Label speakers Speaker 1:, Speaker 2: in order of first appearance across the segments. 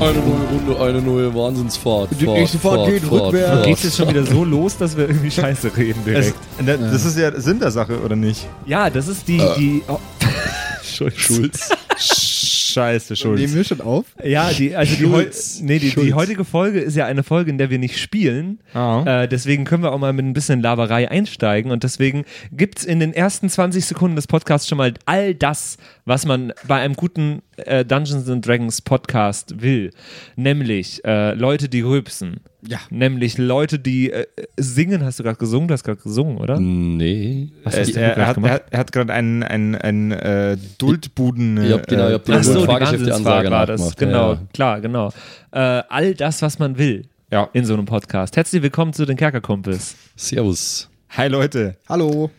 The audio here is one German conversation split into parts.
Speaker 1: Eine neue Runde, eine neue Wahnsinnsfahrt.
Speaker 2: Die nächste Fahrt geht rückwärts.
Speaker 3: Dann geht's jetzt schon wieder so los, dass wir irgendwie Scheiße reden
Speaker 4: Es,
Speaker 3: direkt.
Speaker 4: das Also, das ist ja Sinn der Sache, oder nicht?
Speaker 3: ja, das ist die. die oh,
Speaker 4: Schulz. Scheiße,
Speaker 2: Nehmen
Speaker 4: Schulz.
Speaker 2: wir schon auf.
Speaker 3: ja, die, also die, heu
Speaker 1: Schulz.
Speaker 3: nee, die, die
Speaker 1: Schulz.
Speaker 3: heutige Folge ist ja eine Folge, in der wir nicht spielen.
Speaker 4: Ah.
Speaker 3: Äh, deswegen können wir auch mal mit ein bisschen Laberei einsteigen. Und deswegen gibt's in den ersten 20 Sekunden des Podcasts schon mal all das, was man bei einem guten äh, Dungeons and Dragons Podcast will. Nämlich äh, Leute, die rülpsen.
Speaker 2: Ja.
Speaker 3: Nämlich Leute, die äh, singen. Hast du gerade gesungen? Du hast gerade gesungen, oder?
Speaker 1: Hm. Nee.
Speaker 2: Äh,
Speaker 3: Was
Speaker 4: Er,
Speaker 3: hast du
Speaker 4: er,
Speaker 3: gerade
Speaker 4: hat,
Speaker 3: gemacht?
Speaker 4: er, hat- er hat gerade einen, einen, einen äh, Duldbuden.
Speaker 1: Ihr habt den- ihr
Speaker 4: äh,
Speaker 1: habt den-
Speaker 3: Ach so, die
Speaker 1: Frage ich, ob die
Speaker 3: Wahnsinnsfahrt
Speaker 1: Ansage
Speaker 3: war das.
Speaker 1: nachgemacht.
Speaker 3: Genau,
Speaker 1: Ja, ja.
Speaker 3: klar, genau. Äh, all das, was man will
Speaker 4: ja.
Speaker 3: in so einem Podcast. Herzlich willkommen zu den Kerkerkumpels.
Speaker 1: Servus.
Speaker 4: Hi Leute.
Speaker 2: Hallo.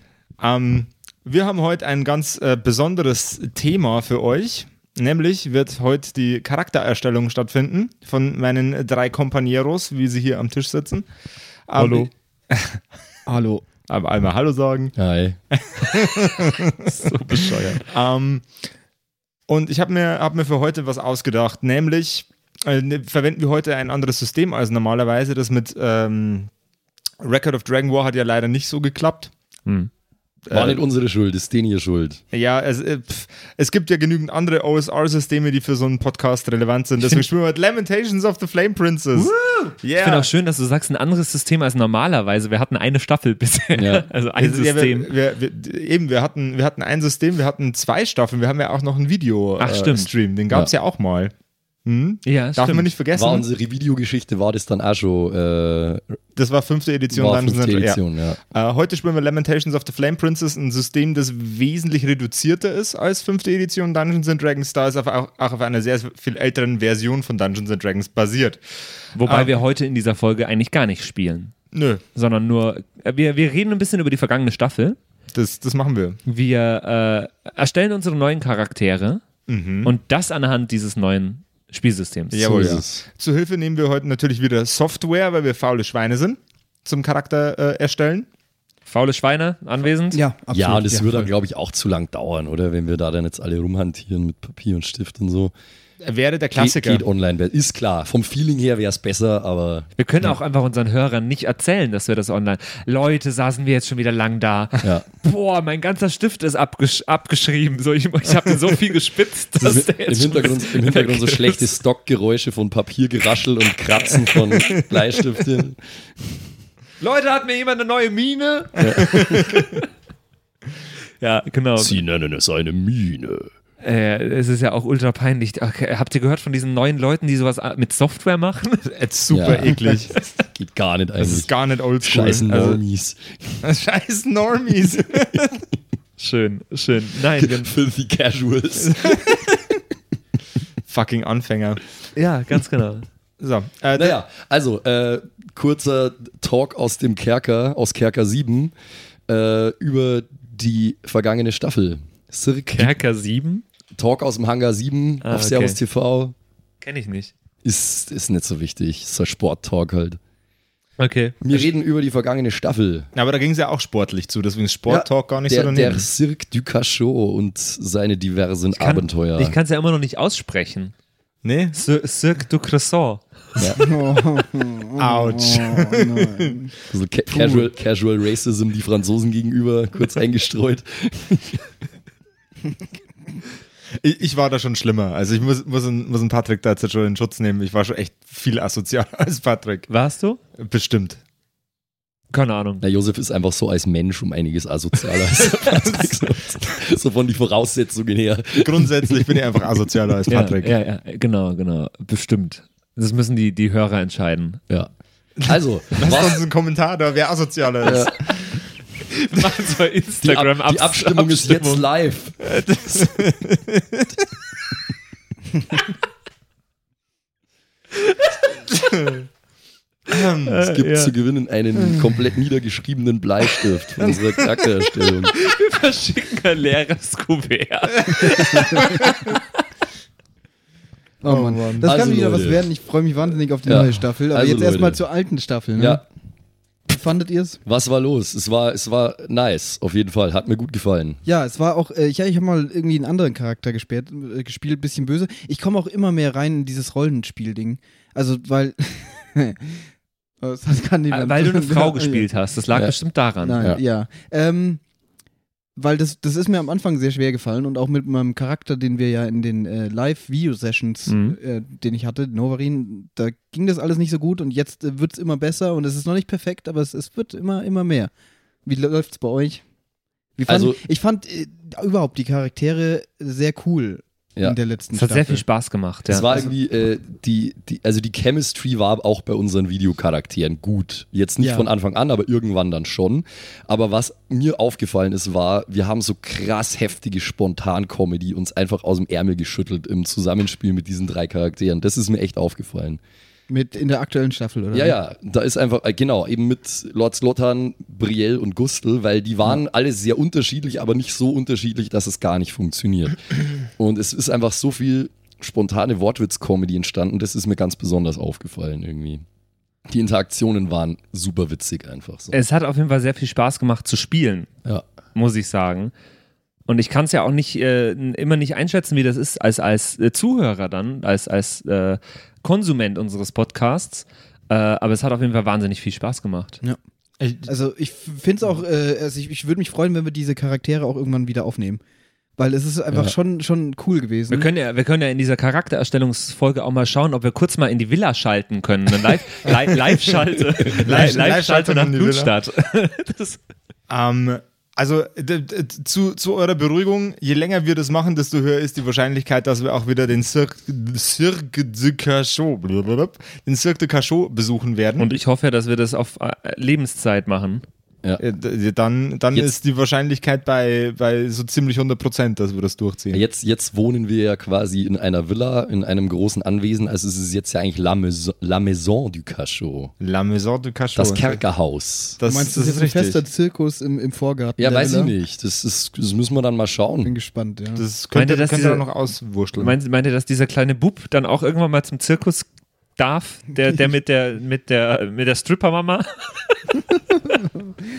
Speaker 4: Ähm, wir haben heute ein ganz äh, besonderes Thema für euch. Nämlich wird heute die Charaktererstellung stattfinden von meinen drei Companeros, wie sie hier am Tisch sitzen. Ähm,
Speaker 3: Hallo.
Speaker 2: Hallo.
Speaker 4: Aber einmal Hallo sagen.
Speaker 1: Hi.
Speaker 3: So bescheuert.
Speaker 4: Ähm, und ich habe mir, hab mir für heute was ausgedacht, nämlich äh, ne- verwenden wir heute ein anderes System als normalerweise. Das mit ähm, Record of Dragon War hat ja leider nicht so geklappt.
Speaker 3: Hm.
Speaker 1: War
Speaker 4: Äh,
Speaker 1: nicht unsere Schuld, ist den hier schuld.
Speaker 4: Ja, es, äh, pf, es gibt ja genügend andere OSR-Systeme, die für so einen Podcast relevant sind. Deswegen spielen wir heute Lamentations of the Flame Princess.
Speaker 3: Ich finde
Speaker 4: Yeah.
Speaker 3: auch schön, dass du sagst, ein anderes System als normalerweise. Wir hatten eine Staffel bisher.
Speaker 1: Ja.
Speaker 3: Also ein
Speaker 4: Ja,
Speaker 3: System.
Speaker 4: wir, wir, wir, eben, wir hatten, wir hatten ein System, wir hatten zwei Staffeln, wir haben ja auch noch ein
Speaker 3: Ach, stimmt.
Speaker 4: Video-Stream. Den gab es ja. auch mal. Hm?
Speaker 3: Ja,
Speaker 4: Darf man nicht vergessen.
Speaker 2: ne?
Speaker 1: War unsere Videogeschichte, war das dann auch schon äh,
Speaker 4: Das war fünfte Edition.
Speaker 1: war
Speaker 4: Dungeons and-
Speaker 1: fünfte
Speaker 4: ja.
Speaker 1: Edition, ja.
Speaker 4: Äh, heute spielen wir Lamentations of the Flame Princess, ein System, das wesentlich reduzierter ist als fünfte Edition Dungeons and Dragons, da es auf, auch, auch auf einer sehr viel älteren Version von Dungeons and Dragons basiert.
Speaker 3: Wobei
Speaker 4: Ah.
Speaker 3: wir heute in dieser Folge eigentlich gar nicht spielen,
Speaker 4: Nö,
Speaker 3: sondern nur, äh, wir, wir reden ein bisschen über die vergangene Staffel.
Speaker 4: das, das machen wir.
Speaker 3: Wir äh, erstellen unsere neuen Charaktere und das anhand dieses neuen Spielsystems.
Speaker 4: Jawohl,
Speaker 1: ist
Speaker 4: ja.
Speaker 1: es.
Speaker 4: Zu Hilfe nehmen wir heute natürlich wieder Software, weil wir faule Schweine sind, zum Charakter äh, erstellen.
Speaker 3: Faule Schweine anwesend.
Speaker 2: Ja, absolut.
Speaker 1: Ja, und es
Speaker 2: Ja,
Speaker 1: würde
Speaker 2: voll.
Speaker 1: dann, glaube ich, auch zu lang dauern, oder? Wenn wir da dann jetzt alle rumhantieren mit Papier und Stift und so.
Speaker 4: Wäre der
Speaker 1: Geht,
Speaker 4: Klassiker.
Speaker 1: geht online, ist klar. Vom Feeling her wäre es besser, aber
Speaker 3: Wir können auch einfach unseren Hörern nicht erzählen, dass wir das online. Leute, saßen wir jetzt schon wieder lang da.
Speaker 1: Ja.
Speaker 3: Boah, mein ganzer Stift ist abgesch abgeschrieben. So, ich ich habe den so viel gespitzt, dass
Speaker 1: Im,
Speaker 3: der
Speaker 1: im
Speaker 3: jetzt schon
Speaker 1: Hintergrund,
Speaker 3: wieder
Speaker 1: im Hintergrund so
Speaker 3: weg ist.
Speaker 1: schlechte Stockgeräusche von Papiergeraschel und Kratzen von Bleistiften.
Speaker 3: Leute, hat mir jemand eine neue Mine? Ja, genau.
Speaker 1: Sie nennen es eine Mine.
Speaker 3: Äh, es ist ja auch ultra peinlich. Okay, habt ihr gehört von diesen neuen Leuten, die sowas mit Software machen?
Speaker 4: Jetzt super
Speaker 1: Ja.
Speaker 4: eklig.
Speaker 1: Geht gar nicht
Speaker 4: Das
Speaker 1: eigentlich.
Speaker 4: ist gar nicht oldschool.
Speaker 1: Scheißen
Speaker 4: Also,
Speaker 1: Normies.
Speaker 4: scheiß Normies.
Speaker 3: Schön, schön. Nein, gen-
Speaker 1: Filthy Casuals.
Speaker 4: Fucking Anfänger.
Speaker 3: ja, ganz genau.
Speaker 4: So, äh,
Speaker 1: Naja, also äh, kurzer Talk aus dem Kerker, aus Kerker 7, äh, über die vergangene Staffel. Cirque.
Speaker 3: Kerker 7?
Speaker 1: Talk aus dem Hangar 7 auf
Speaker 3: Ah, okay.
Speaker 1: Servus TV.
Speaker 3: Kenne ich nicht.
Speaker 1: Ist, ist nicht so wichtig. Ist ein Sport-Talk halt.
Speaker 3: Okay.
Speaker 1: Wir reden über die vergangene Staffel.
Speaker 4: Aber da ging es ja auch sportlich zu, deswegen ist Sport-Talk gar nicht
Speaker 1: der,
Speaker 4: so daneben.
Speaker 1: Der Cirque du Cachot und seine diversen
Speaker 3: Kann-
Speaker 1: Abenteuer.
Speaker 3: Ich kann es ja immer noch nicht aussprechen.
Speaker 4: nee?
Speaker 3: Cir- Cirque du Cresson.
Speaker 4: Autsch.
Speaker 1: so Also ca casual, casual Racism, die Franzosen gegenüber, kurz eingestreut.
Speaker 4: Ich, ich war da schon schlimmer. Also ich muss, muss, einen- muss einen Patrick da jetzt schon in Schutz nehmen. Ich war schon echt viel asozialer als Patrick.
Speaker 3: Warst du?
Speaker 4: Bestimmt.
Speaker 3: Keine Ahnung.
Speaker 1: Na, Josef ist einfach so als Mensch um einiges asozialer als Patrick. so, so von den Voraussetzungen her.
Speaker 4: Grundsätzlich bin ich einfach asozialer als Patrick.
Speaker 3: Ja, ja, ja, genau, genau. Bestimmt. Das müssen die, die Hörer entscheiden.
Speaker 1: Ja. Also,
Speaker 4: Lasst uns
Speaker 1: was,
Speaker 4: einen Kommentar da, wer asozialer ist.
Speaker 3: Macht's bei
Speaker 1: die, Ab
Speaker 3: Instagram
Speaker 1: die Abstimmung ist jetzt live. Ähm, Es gibt zu gewinnen einen komplett niedergeschriebenen Bleistift von unserer Charaktererstellung.
Speaker 3: verschicken ein leeres Kuvert.
Speaker 2: Oh Mann. Das
Speaker 1: Also,
Speaker 2: kann wieder was
Speaker 1: Leute.
Speaker 2: werden. Ich freue mich wahnsinnig auf die
Speaker 1: Ja.
Speaker 2: neue Staffel. Aber
Speaker 1: Also,
Speaker 2: jetzt erstmal
Speaker 1: Leute.
Speaker 2: zur alten Staffel. Ne?
Speaker 1: Ja.
Speaker 2: fandet ihr es?
Speaker 1: Was war los? Es war, es war nice, auf jeden Fall. Hat mir gut gefallen.
Speaker 2: Ja, es war auch, äh, ich, ja, ich habe mal irgendwie einen anderen Charakter gespielt, äh, gespielt bisschen böse. Ich komme auch immer mehr rein in dieses Rollenspiel-Ding. Also, weil. Oh, das kann
Speaker 3: Ah,
Speaker 2: niemand.
Speaker 3: Weil du eine Frau gespielt
Speaker 2: hast.
Speaker 3: hast. Das lag
Speaker 1: halt- Ja.
Speaker 3: bestimmt daran.
Speaker 2: Nein, ja. Ähm, weil das, das ist mir am Anfang sehr schwer gefallen und auch mit meinem Charakter, den wir ja in den äh, Live-Video-Sessions,
Speaker 3: Mhm.
Speaker 2: äh, den ich hatte, Novarin, da ging das alles nicht so gut und jetzt äh, wird es immer besser und es ist noch nicht perfekt, aber es, es wird immer, immer mehr. Wie läuft es bei euch? Wie fand,
Speaker 1: Also-
Speaker 2: ich fand äh, überhaupt die Charaktere sehr cool
Speaker 1: Ja.
Speaker 2: in der letzten
Speaker 3: Es hat
Speaker 2: Staffel.
Speaker 3: sehr viel Spaß gemacht. Ja. Also
Speaker 1: Es war irgendwie, äh, die, die, also die Chemistry war auch bei unseren Videocharakteren gut. Jetzt nicht
Speaker 2: Ja.
Speaker 1: von Anfang an, aber irgendwann dann schon. Aber was mir aufgefallen ist, war, wir haben so krass heftige Spontan-Comedy uns einfach aus dem Ärmel geschüttelt im Zusammenspiel mit diesen drei Charakteren. Das ist mir echt aufgefallen.
Speaker 2: Mit in der aktuellen Staffel, oder?
Speaker 1: Ja, ja, da ist einfach, äh, genau, eben mit Lord Slothan, Brielle und Gustl, weil die waren alle sehr unterschiedlich, aber nicht so unterschiedlich, dass es gar nicht funktioniert. Und es ist einfach so viel spontane Wortwitz-Comedy entstanden, das ist mir ganz besonders aufgefallen irgendwie. Die Interaktionen waren super witzig einfach so.
Speaker 3: es hat auf jeden Fall sehr viel Spaß gemacht zu spielen,
Speaker 1: Ja.
Speaker 3: muss ich sagen. Und ich kann es ja auch nicht äh, immer nicht einschätzen, wie das ist als, als äh, Zuhörer dann, als, als äh, Konsument unseres Podcasts. Äh, aber es hat auf jeden Fall wahnsinnig viel Spaß gemacht.
Speaker 2: Also ich finde es auch, äh, also ich, ich würde mich freuen, wenn wir diese Charaktere auch irgendwann wieder aufnehmen. Weil es ist einfach
Speaker 1: Ja.
Speaker 2: schon, schon cool gewesen.
Speaker 4: Hm?
Speaker 3: Wir können, ja, wir können ja in dieser Charaktererstellungsfolge auch mal schauen, ob wir kurz mal in die Villa schalten können. Eine Live, live, live schalte. Live, live schalte
Speaker 4: Live-Schaltung
Speaker 3: nach
Speaker 4: in die Villa.
Speaker 3: Blutstadt. Das,
Speaker 4: Ähm, also d- d- zu, zu eurer Beruhigung, je länger wir das machen, desto höher ist die Wahrscheinlichkeit, dass wir auch wieder den Cirque, Cirque du Cachot, blablabla, den Cirque du Cachot besuchen werden.
Speaker 3: und ich hoffe ja, dass wir das auf äh, Lebenszeit machen.
Speaker 4: Äh, d- dann dann
Speaker 1: Jetzt-
Speaker 4: ist die Wahrscheinlichkeit bei, bei so ziemlich 100 Prozent, dass wir das durchziehen.
Speaker 1: Jetzt, jetzt wohnen wir ja quasi in einer Villa, in einem großen Anwesen, also es ist jetzt ja eigentlich La Maison, La Maison du Cachot,
Speaker 4: La Maison du Cachot.
Speaker 1: das Kerkerhaus.
Speaker 4: Das,
Speaker 2: du meinst,
Speaker 4: das ist
Speaker 2: das, ist ein fester
Speaker 4: richtig.
Speaker 2: Zirkus im, im Vorgarten.
Speaker 1: Ja,
Speaker 2: der
Speaker 1: weiß ich
Speaker 2: Villa?
Speaker 1: nicht, das, ist, das müssen wir dann mal schauen.
Speaker 2: Bin gespannt, ja.
Speaker 4: Das könnt
Speaker 3: Meint
Speaker 4: ihr,
Speaker 3: ihr, dass
Speaker 4: könnt ihr
Speaker 3: diese-
Speaker 4: dann noch auswurschteln.
Speaker 3: Meint, meint ihr, dass dieser kleine Bub dann auch irgendwann mal zum Zirkus darf? Der, der mit der, mit der, mit der Stripper-Mama?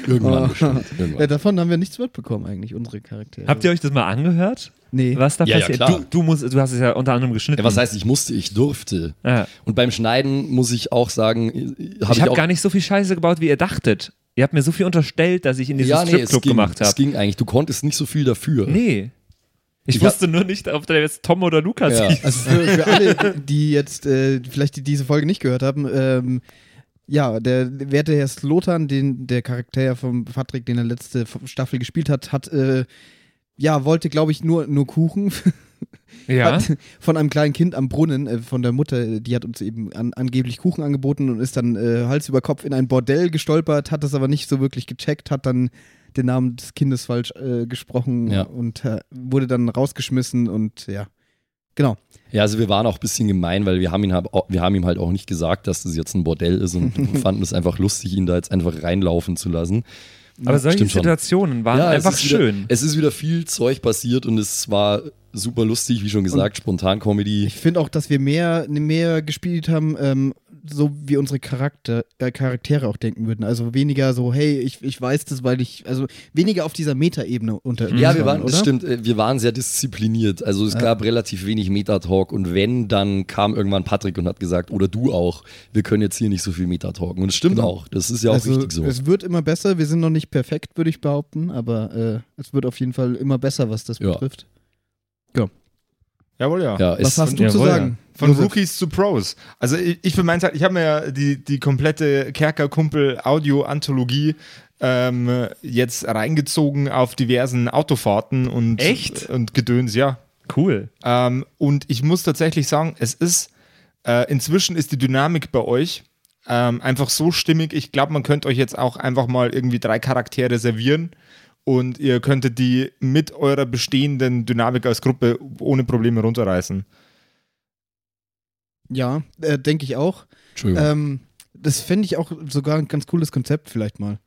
Speaker 1: Irgendwann
Speaker 2: Oh.
Speaker 1: bestimmt. Irgendwann.
Speaker 2: ja, davon haben wir nichts mitbekommen eigentlich, unsere Charaktere.
Speaker 3: Habt ihr euch das mal angehört?
Speaker 2: nee.
Speaker 3: Was da
Speaker 1: Ja, ja,
Speaker 3: passiert?
Speaker 1: klar.
Speaker 3: du, du, musst, du hast es ja unter anderem geschnitten.
Speaker 1: Ja, was heißt, ich musste, ich durfte.
Speaker 3: Ah.
Speaker 1: Und beim Schneiden muss ich auch sagen, äh, hab
Speaker 3: ich habe
Speaker 1: auch,
Speaker 3: gar nicht so viel Scheiße gebaut, wie ihr dachtet. Ihr habt mir so viel unterstellt, dass ich in diesen
Speaker 1: ja, nee, es
Speaker 3: Stripclub
Speaker 1: ging,
Speaker 3: gemacht
Speaker 1: Es
Speaker 3: habe.
Speaker 1: ging eigentlich, du konntest nicht so viel dafür.
Speaker 3: Nee. Ich,
Speaker 1: Äh. Ich hab-
Speaker 3: wusste nur nicht, ob da jetzt Tom oder Lukas
Speaker 1: Ja.
Speaker 3: hieß.
Speaker 2: Also für, für alle, die jetzt äh, vielleicht die, diese Folge nicht gehört haben, ähm, ja, der werte Herr Slotan, den der Charakter von Patrick, den er letzte F- Staffel gespielt hat, hat äh, ja, wollte, glaube ich, nur, nur Kuchen
Speaker 3: Ja.
Speaker 2: Hat- von einem kleinen Kind am Brunnen, äh, von der Mutter, äh, die hat uns eben an, angeblich Kuchen angeboten und ist dann äh, Hals über Kopf in ein Bordell gestolpert, hat das aber nicht so wirklich gecheckt, hat dann den Namen des Kindes falsch äh, gesprochen
Speaker 1: Ja.
Speaker 2: und äh, wurde dann rausgeschmissen und ja. Genau.
Speaker 1: Ja, also wir waren auch ein bisschen gemein, weil wir haben, ihn, hab- wir haben ihm halt auch nicht gesagt, dass das jetzt ein Bordell ist und fanden es einfach lustig, ihn da jetzt einfach reinlaufen zu lassen.
Speaker 3: Aber solche
Speaker 1: Stimmt schon.
Speaker 3: Situationen waren
Speaker 1: ja, es
Speaker 3: einfach
Speaker 1: ist wieder, Äh,
Speaker 3: schön.
Speaker 1: Es ist wieder viel Zeug passiert und es war super lustig, wie schon gesagt, Spontan-Comedy.
Speaker 2: Ich finde auch, dass wir mehr, mehr gespielt haben, ähm, so wie unsere Charakter, äh, Charaktere auch denken würden. Also weniger so, hey, ich, ich weiß das, weil ich, also weniger auf dieser Metaebene unter
Speaker 1: Ja, wir waren,
Speaker 2: Mhm. oder?
Speaker 1: das stimmt, äh, wir waren sehr diszipliniert. Also es gab relativ wenig Metatalk und wenn, dann kam irgendwann Patrick und hat gesagt, oder du auch, wir können jetzt hier nicht so viel Metatalken. Und es stimmt auch, das ist ja auch
Speaker 2: Genau. also,
Speaker 1: richtig so.
Speaker 2: Es wird immer besser. Wir sind noch nicht perfekt, würde ich behaupten, aber äh, es wird auf jeden Fall immer besser, was das
Speaker 1: Ja.
Speaker 2: betrifft.
Speaker 4: Jawohl, ja.
Speaker 1: Ja, es,
Speaker 2: was hast du zu
Speaker 3: Jawohl, ja.
Speaker 2: sagen?
Speaker 4: Von
Speaker 2: Josef?
Speaker 4: Rookies zu Pros. Also ich, ich für meinen Teil, ich habe mir ja die, die komplette Kerker-Kumpel-Audio-Anthologie ähm, jetzt reingezogen auf diversen Autofahrten und,
Speaker 3: Echt?
Speaker 4: und Gedöns, ja.
Speaker 3: Cool.
Speaker 4: Ähm, und ich muss tatsächlich sagen, es ist, äh, inzwischen ist die Dynamik bei euch ähm, einfach so stimmig. Ich glaube, man könnte euch jetzt auch einfach mal irgendwie drei Charaktere servieren und ihr könntet die mit eurer bestehenden Dynamik als Gruppe ohne Probleme runterreißen.
Speaker 2: Ja, äh, denke ich auch. äh,
Speaker 1: Entschuldigung.
Speaker 2: Ähm, das fände ich auch sogar ein ganz cooles Konzept vielleicht mal.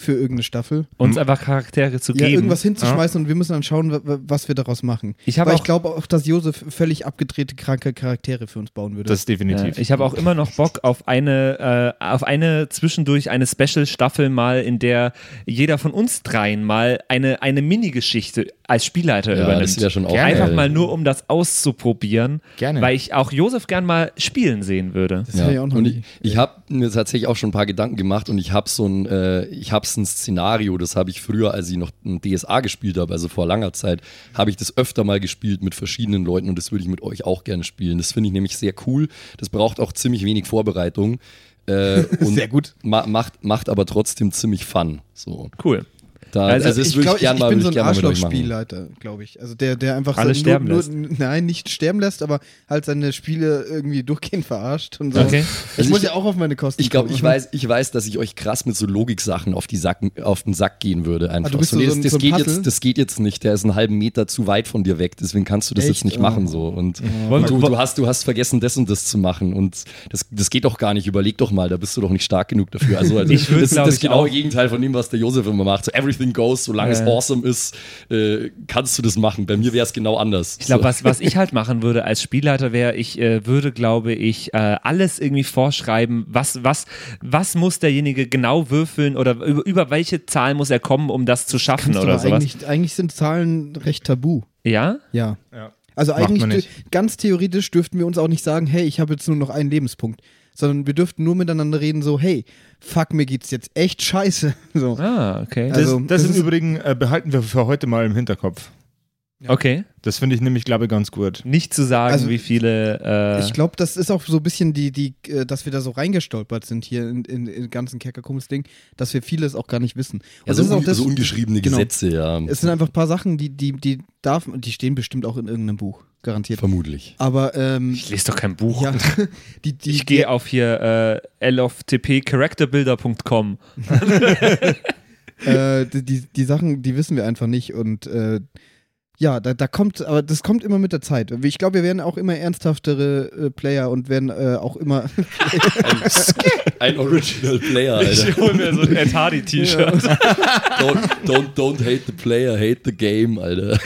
Speaker 2: für irgendeine Staffel.
Speaker 3: Uns einfach Charaktere zu
Speaker 2: Ja,
Speaker 3: geben.
Speaker 2: irgendwas hinzuschmeißen und wir müssen dann schauen, wa- wa- was wir daraus machen.
Speaker 3: Ich habe
Speaker 2: Weil ich
Speaker 3: auch-
Speaker 2: glaube auch, dass Josef völlig abgedrehte, kranke Charaktere für uns bauen würde.
Speaker 4: Das
Speaker 3: Ja,
Speaker 4: definitiv.
Speaker 3: ich habe auch immer noch Bock auf eine, äh, auf eine zwischendurch eine Special-Staffel mal, in der jeder von uns dreien mal eine, eine Mini-Geschichte als Spielleiter
Speaker 1: Ja,
Speaker 3: übernimmt.
Speaker 1: das wär schon auch
Speaker 3: Gerne. Einfach
Speaker 1: geil.
Speaker 3: mal nur, um das auszuprobieren.
Speaker 4: Gerne.
Speaker 3: Weil ich auch Josef gern mal spielen sehen würde.
Speaker 2: Das hätte ich auch noch
Speaker 1: und
Speaker 2: nie.
Speaker 1: ich, ich habe mir tatsächlich auch schon ein paar Gedanken gemacht und ich habe so ein, äh, ich habe ein Szenario, das habe ich früher, als ich noch ein DSA gespielt habe, also vor langer Zeit, habe ich das öfter mal gespielt mit verschiedenen Leuten und das würde ich mit euch auch gerne spielen. Das finde ich nämlich sehr cool. Das braucht auch ziemlich wenig Vorbereitung. Äh, und
Speaker 2: Sehr gut.
Speaker 1: Ma macht, macht aber trotzdem ziemlich Fun. So.
Speaker 3: Cool.
Speaker 1: Da,
Speaker 3: Also
Speaker 1: also, das
Speaker 2: ich,
Speaker 1: würde
Speaker 2: glaub,
Speaker 1: ich gerne
Speaker 2: ich,
Speaker 1: mal,
Speaker 2: bin
Speaker 1: würd
Speaker 2: so
Speaker 1: ich gerne
Speaker 2: ein
Speaker 1: mal mit euch machen.
Speaker 2: Arschloch-Spielleiter, glaube ich. Also der, der einfach
Speaker 3: Alle
Speaker 2: so
Speaker 3: sterben
Speaker 2: nur,
Speaker 3: lässt.
Speaker 2: nur, nein, nicht sterben lässt, aber halt seine Spiele irgendwie durchgehend verarscht und so.
Speaker 3: Okay.
Speaker 2: Ich
Speaker 1: Also
Speaker 2: muss
Speaker 1: ich-
Speaker 2: ja auch auf meine Kosten.
Speaker 1: Ich glaube,
Speaker 2: kommen.
Speaker 1: ich weiß, ich weiß, dass ich euch krass mit so Logiksachen auf, die Sacken, auf den Sack gehen würde. Einfach.
Speaker 2: Ah, du bist so
Speaker 1: das,
Speaker 2: ein-
Speaker 1: das,
Speaker 2: so ein
Speaker 1: geht
Speaker 2: Puzzle?
Speaker 1: jetzt, das geht jetzt nicht. Der ist einen halben Meter zu weit von dir weg. Deswegen kannst du das
Speaker 2: Echt?
Speaker 1: jetzt nicht
Speaker 2: Oh.
Speaker 1: machen. So. Und,
Speaker 3: Wollen-
Speaker 1: und du, du, hast, du hast vergessen, das und das zu machen. Und das, das geht doch gar nicht. Überleg doch mal. Da bist du doch nicht stark genug dafür. Also, also
Speaker 3: Ich würd,
Speaker 1: das ist
Speaker 3: glaub
Speaker 1: das
Speaker 3: ich,
Speaker 1: genaue
Speaker 3: auch-
Speaker 1: Gegenteil von dem, was der Josef immer macht. So, everything goes, solange es
Speaker 3: Ja.
Speaker 1: awesome ist, äh, kannst du das machen. Bei mir wäre es genau anders.
Speaker 3: Ich glaube, was, was ich halt machen würde als Spielleiter wäre, ich äh, würde, glaube ich, äh, alles irgendwie vorschreiben, was, was, was muss derjenige genau würfeln oder über, über welche Zahl muss er kommen, um das zu schaffen
Speaker 2: Kannst du
Speaker 3: oder
Speaker 2: aber
Speaker 3: sowas.
Speaker 2: Eigentlich, eigentlich sind Zahlen recht tabu.
Speaker 3: Ja?
Speaker 2: Ja.
Speaker 4: Ja.
Speaker 2: Also
Speaker 4: Macht man
Speaker 2: eigentlich, ganz theoretisch dürften wir uns auch nicht sagen, hey, ich habe jetzt nur noch einen Lebenspunkt. Sondern wir dürften nur miteinander reden, so, hey, fuck, mir geht's jetzt echt scheiße. So.
Speaker 3: Ah, okay.
Speaker 2: Also,
Speaker 4: das,
Speaker 2: das
Speaker 4: im
Speaker 2: ist-
Speaker 4: Übrigen äh, behalten wir für heute mal im Hinterkopf.
Speaker 3: Okay.
Speaker 4: Das finde ich nämlich, glaube ich, ganz gut.
Speaker 3: Nicht zu sagen,
Speaker 2: Also,
Speaker 3: wie viele. Äh,
Speaker 2: Ich glaube, das ist auch so ein bisschen die, die, äh, dass wir da so reingestolpert sind hier in, in, in ganzen Kerkerkummels-Ding, dass wir vieles auch gar nicht wissen. Und
Speaker 1: ja, so,
Speaker 2: das ist auch
Speaker 1: un
Speaker 2: das,
Speaker 1: so ungeschriebene
Speaker 2: genau.
Speaker 1: Gesetze, ja.
Speaker 2: Es sind einfach ein paar Sachen, die, die, die darf man, die stehen bestimmt auch in irgendeinem Buch, garantiert.
Speaker 1: Vermutlich.
Speaker 2: Aber ähm,
Speaker 3: ich lese doch kein Buch.
Speaker 2: ja, die, die,
Speaker 3: ich gehe auf hier äh, loftpcharacterbuilder.com.
Speaker 2: die, äh, die, die, die Sachen, die wissen wir einfach nicht und äh, ja, da, da kommt, aber das kommt immer mit der Zeit. Ich glaube, wir werden auch immer ernsthaftere äh, Player und werden äh, auch immer
Speaker 1: Ein Original Player, Alter.
Speaker 3: hole mir so ein Ed Hardy T-Shirt.
Speaker 1: don't, don't, don't hate the player, hate the game, Alter.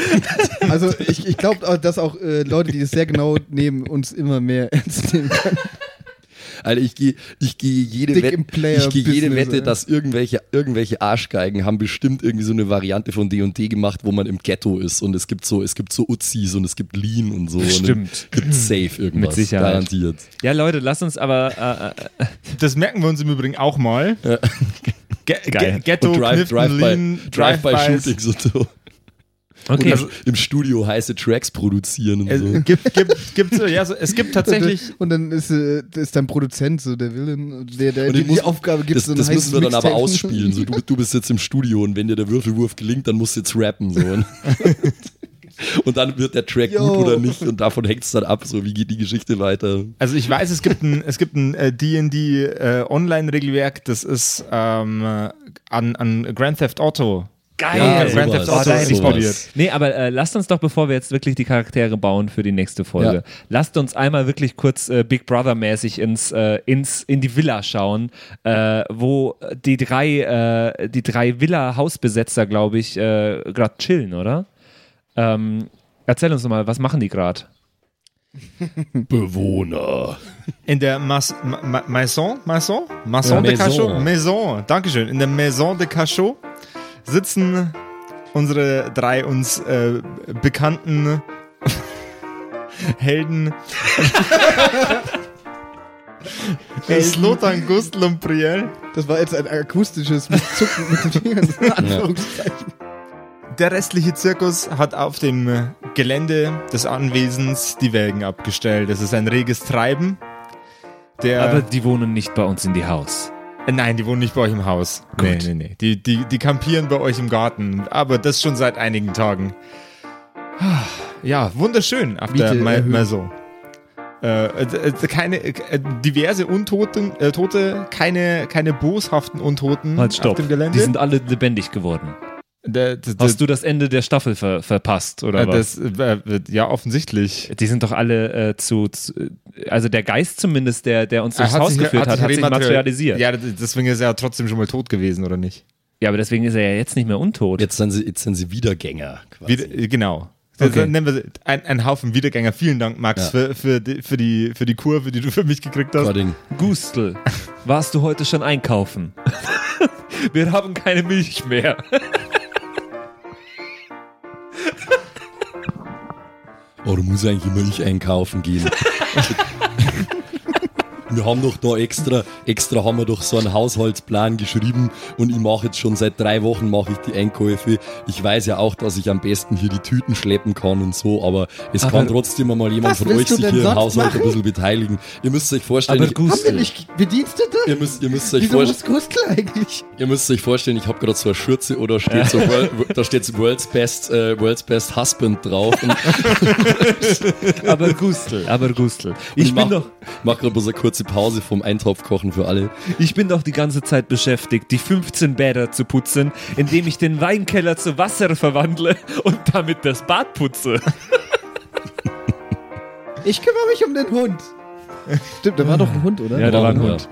Speaker 2: Also ich, ich glaube, dass auch äh, Leute, die das sehr genau nehmen, uns immer mehr ernst nehmen können.
Speaker 1: Alter, ich gehe ich geh jede,
Speaker 2: Dick
Speaker 1: Wette,
Speaker 2: im Player
Speaker 1: ich geh jede
Speaker 2: Business,
Speaker 1: Wette,
Speaker 2: ey.
Speaker 1: dass irgendwelche, irgendwelche Arschgeigen haben bestimmt irgendwie so eine Variante von D&D gemacht, wo man im Ghetto ist und es gibt so, es gibt so Uzis und es gibt Lean und so.
Speaker 3: Stimmt.
Speaker 1: Und es gibt safe irgendwas.
Speaker 3: Mit Sicherheit.
Speaker 1: Garantiert.
Speaker 3: Ja, Leute, lasst uns aber. Äh, äh,
Speaker 4: Das merken wir uns im Übrigen auch mal. Ge Ge
Speaker 3: Geil.
Speaker 4: Ghetto,
Speaker 1: und Drive,
Speaker 4: Kniften,
Speaker 1: Drive,
Speaker 4: Lean,
Speaker 1: by, Drive by
Speaker 4: Drive-Bys.
Speaker 1: Shootings und so.
Speaker 3: okay.
Speaker 2: also,
Speaker 1: Und im, im Studio heiße Tracks produzieren und
Speaker 4: Es
Speaker 1: so.
Speaker 4: gibt, gibt, gibt's, ja, so, es gibt tatsächlich
Speaker 2: Und dann ist, äh, ist dein Produzent so der Villain, der, der
Speaker 1: Und
Speaker 2: dir
Speaker 1: ich muss-
Speaker 2: die Aufgabe gibt.
Speaker 1: Das,
Speaker 2: so ein
Speaker 1: das müssen
Speaker 2: heißes
Speaker 1: wir dann aber
Speaker 2: Mixtape.
Speaker 1: ausspielen. So, du, du bist jetzt im Studio und wenn dir der Würfelwurf gelingt, dann musst du jetzt rappen. So. Und- Und dann wird der Track
Speaker 2: Yo.
Speaker 1: gut oder nicht und davon hängt es dann ab, so wie geht die Geschichte weiter.
Speaker 4: Also ich weiß, es gibt ein es gibt ein äh, D&D äh, Online-Regelwerk, das ist ähm, äh, an, an Grand Theft Auto.
Speaker 3: Geil. Oh,
Speaker 4: Ja,
Speaker 1: sowas,
Speaker 4: Grand Theft Auto
Speaker 3: sowas.
Speaker 4: ist nicht probiert.
Speaker 3: Nee, aber äh, lasst uns doch, bevor wir jetzt wirklich die Charaktere bauen für die nächste Folge, lasst uns einmal wirklich kurz äh, Big Brother-mäßig ins, äh, ins, in die Villa schauen, äh, wo die drei, äh, die drei Villa-Hausbesetzer, glaube ich, äh, gerade chillen, oder? Ähm, erzähl uns doch mal, was machen die gerade?
Speaker 1: Bewohner.
Speaker 4: In der Mas Ma Ma Maison, Maison, Maison de
Speaker 1: Maison.
Speaker 4: Cachot, Maison, Dankeschön. In der Maison de Cachot sitzen unsere drei uns äh, bekannten Helden. Slotan, Äh, Gustl und Priel.
Speaker 2: Das war jetzt ein akustisches mit Zucken mit den Fingern. in Anführungszeichen.
Speaker 4: Der restliche Zirkus hat auf dem Gelände des Anwesens die Wägen abgestellt. Es ist ein reges Treiben. Der
Speaker 3: Aber die wohnen nicht bei uns in die Haus.
Speaker 4: Äh, nein, die wohnen nicht bei euch im Haus. Nee,
Speaker 3: Gut.
Speaker 4: nee, nee. Die, die, die kampieren bei euch im Garten. Aber das schon seit einigen Tagen. Ah, Ja, wunderschön. Auf
Speaker 2: Miete
Speaker 4: der Ma
Speaker 2: erhöhen.
Speaker 4: Maison. Äh, äh, äh, keine, äh, diverse Untote, äh, Tote, keine, keine boshaften Untoten
Speaker 3: Halt,
Speaker 4: Hm. auf
Speaker 3: stopp.
Speaker 4: dem Gelände.
Speaker 3: Die sind alle lebendig geworden.
Speaker 4: Da- da- da-
Speaker 3: Hast du das Ende der Staffel ver verpasst, oder
Speaker 4: äh,
Speaker 3: was?
Speaker 4: das, äh, äh, ja, offensichtlich.
Speaker 3: Die sind doch alle äh, zu, zu, also der Geist zumindest, der, der uns durchs Haus geführt hat, hat sich
Speaker 4: remateri-
Speaker 3: materialisiert. Ja.
Speaker 4: Ja, d- deswegen ist er ja trotzdem schon mal tot gewesen, oder nicht?
Speaker 3: Ja, aber deswegen ist er ja jetzt nicht mehr untot.
Speaker 1: Jetzt sind sie, jetzt sind sie Wiedergänger quasi.
Speaker 4: Wieder, genau. Das
Speaker 3: Okay.
Speaker 4: nennen wir sie- ein, ein Haufen Wiedergänger. Vielen Dank, Max,
Speaker 1: Ja.
Speaker 4: für, für, die, für, die, für die Kurve, die du für mich gekriegt hast.
Speaker 1: Cording.
Speaker 3: Gustl, warst du heute schon einkaufen? Wir haben keine Milch mehr.
Speaker 1: Oh, du musst eigentlich Milch einkaufen gehen. Wir haben doch da extra, extra haben wir doch so einen Haushaltsplan geschrieben und ich mache jetzt schon seit drei Wochen mache ich die Einkäufe. Ich weiß ja auch, dass ich am besten hier die Tüten schleppen kann und so, aber es
Speaker 3: Aber
Speaker 1: kann trotzdem einmal jemand
Speaker 2: was
Speaker 1: von
Speaker 2: willst
Speaker 1: euch
Speaker 2: du
Speaker 1: sich
Speaker 2: denn
Speaker 1: hier im
Speaker 2: sonst
Speaker 1: Haushalt ein
Speaker 2: machen?
Speaker 1: bisschen beteiligen. Ihr müsst euch vorstellen,
Speaker 3: Aber
Speaker 1: ich-
Speaker 2: Haben wir
Speaker 3: Gustl,
Speaker 2: nicht Bedienstete?
Speaker 1: ihr müsst, ihr müsst euch
Speaker 2: Wieso
Speaker 1: vorstellen.
Speaker 2: muss Gustl eigentlich?
Speaker 1: Ihr müsst euch vorstellen, ich habe gerade so eine Schürze oder steht so World, da steht so World's Best, äh, World's Best Husband drauf und
Speaker 3: aber Gustl, aber Gustl. Ich
Speaker 1: mach,
Speaker 3: bin, doch,
Speaker 1: mach gerade bloß eine kurze Pause vom Eintopfkochen für alle.
Speaker 3: ich bin doch die ganze Zeit beschäftigt, die 15 Bäder zu putzen, indem ich den Weinkeller zu Wasser verwandle und damit das Bad putze.
Speaker 2: Ich kümmere mich um den Hund. Stimmt, da war doch ein Hund, oder?
Speaker 3: Ja, da war ein
Speaker 1: Ja.
Speaker 3: Hund.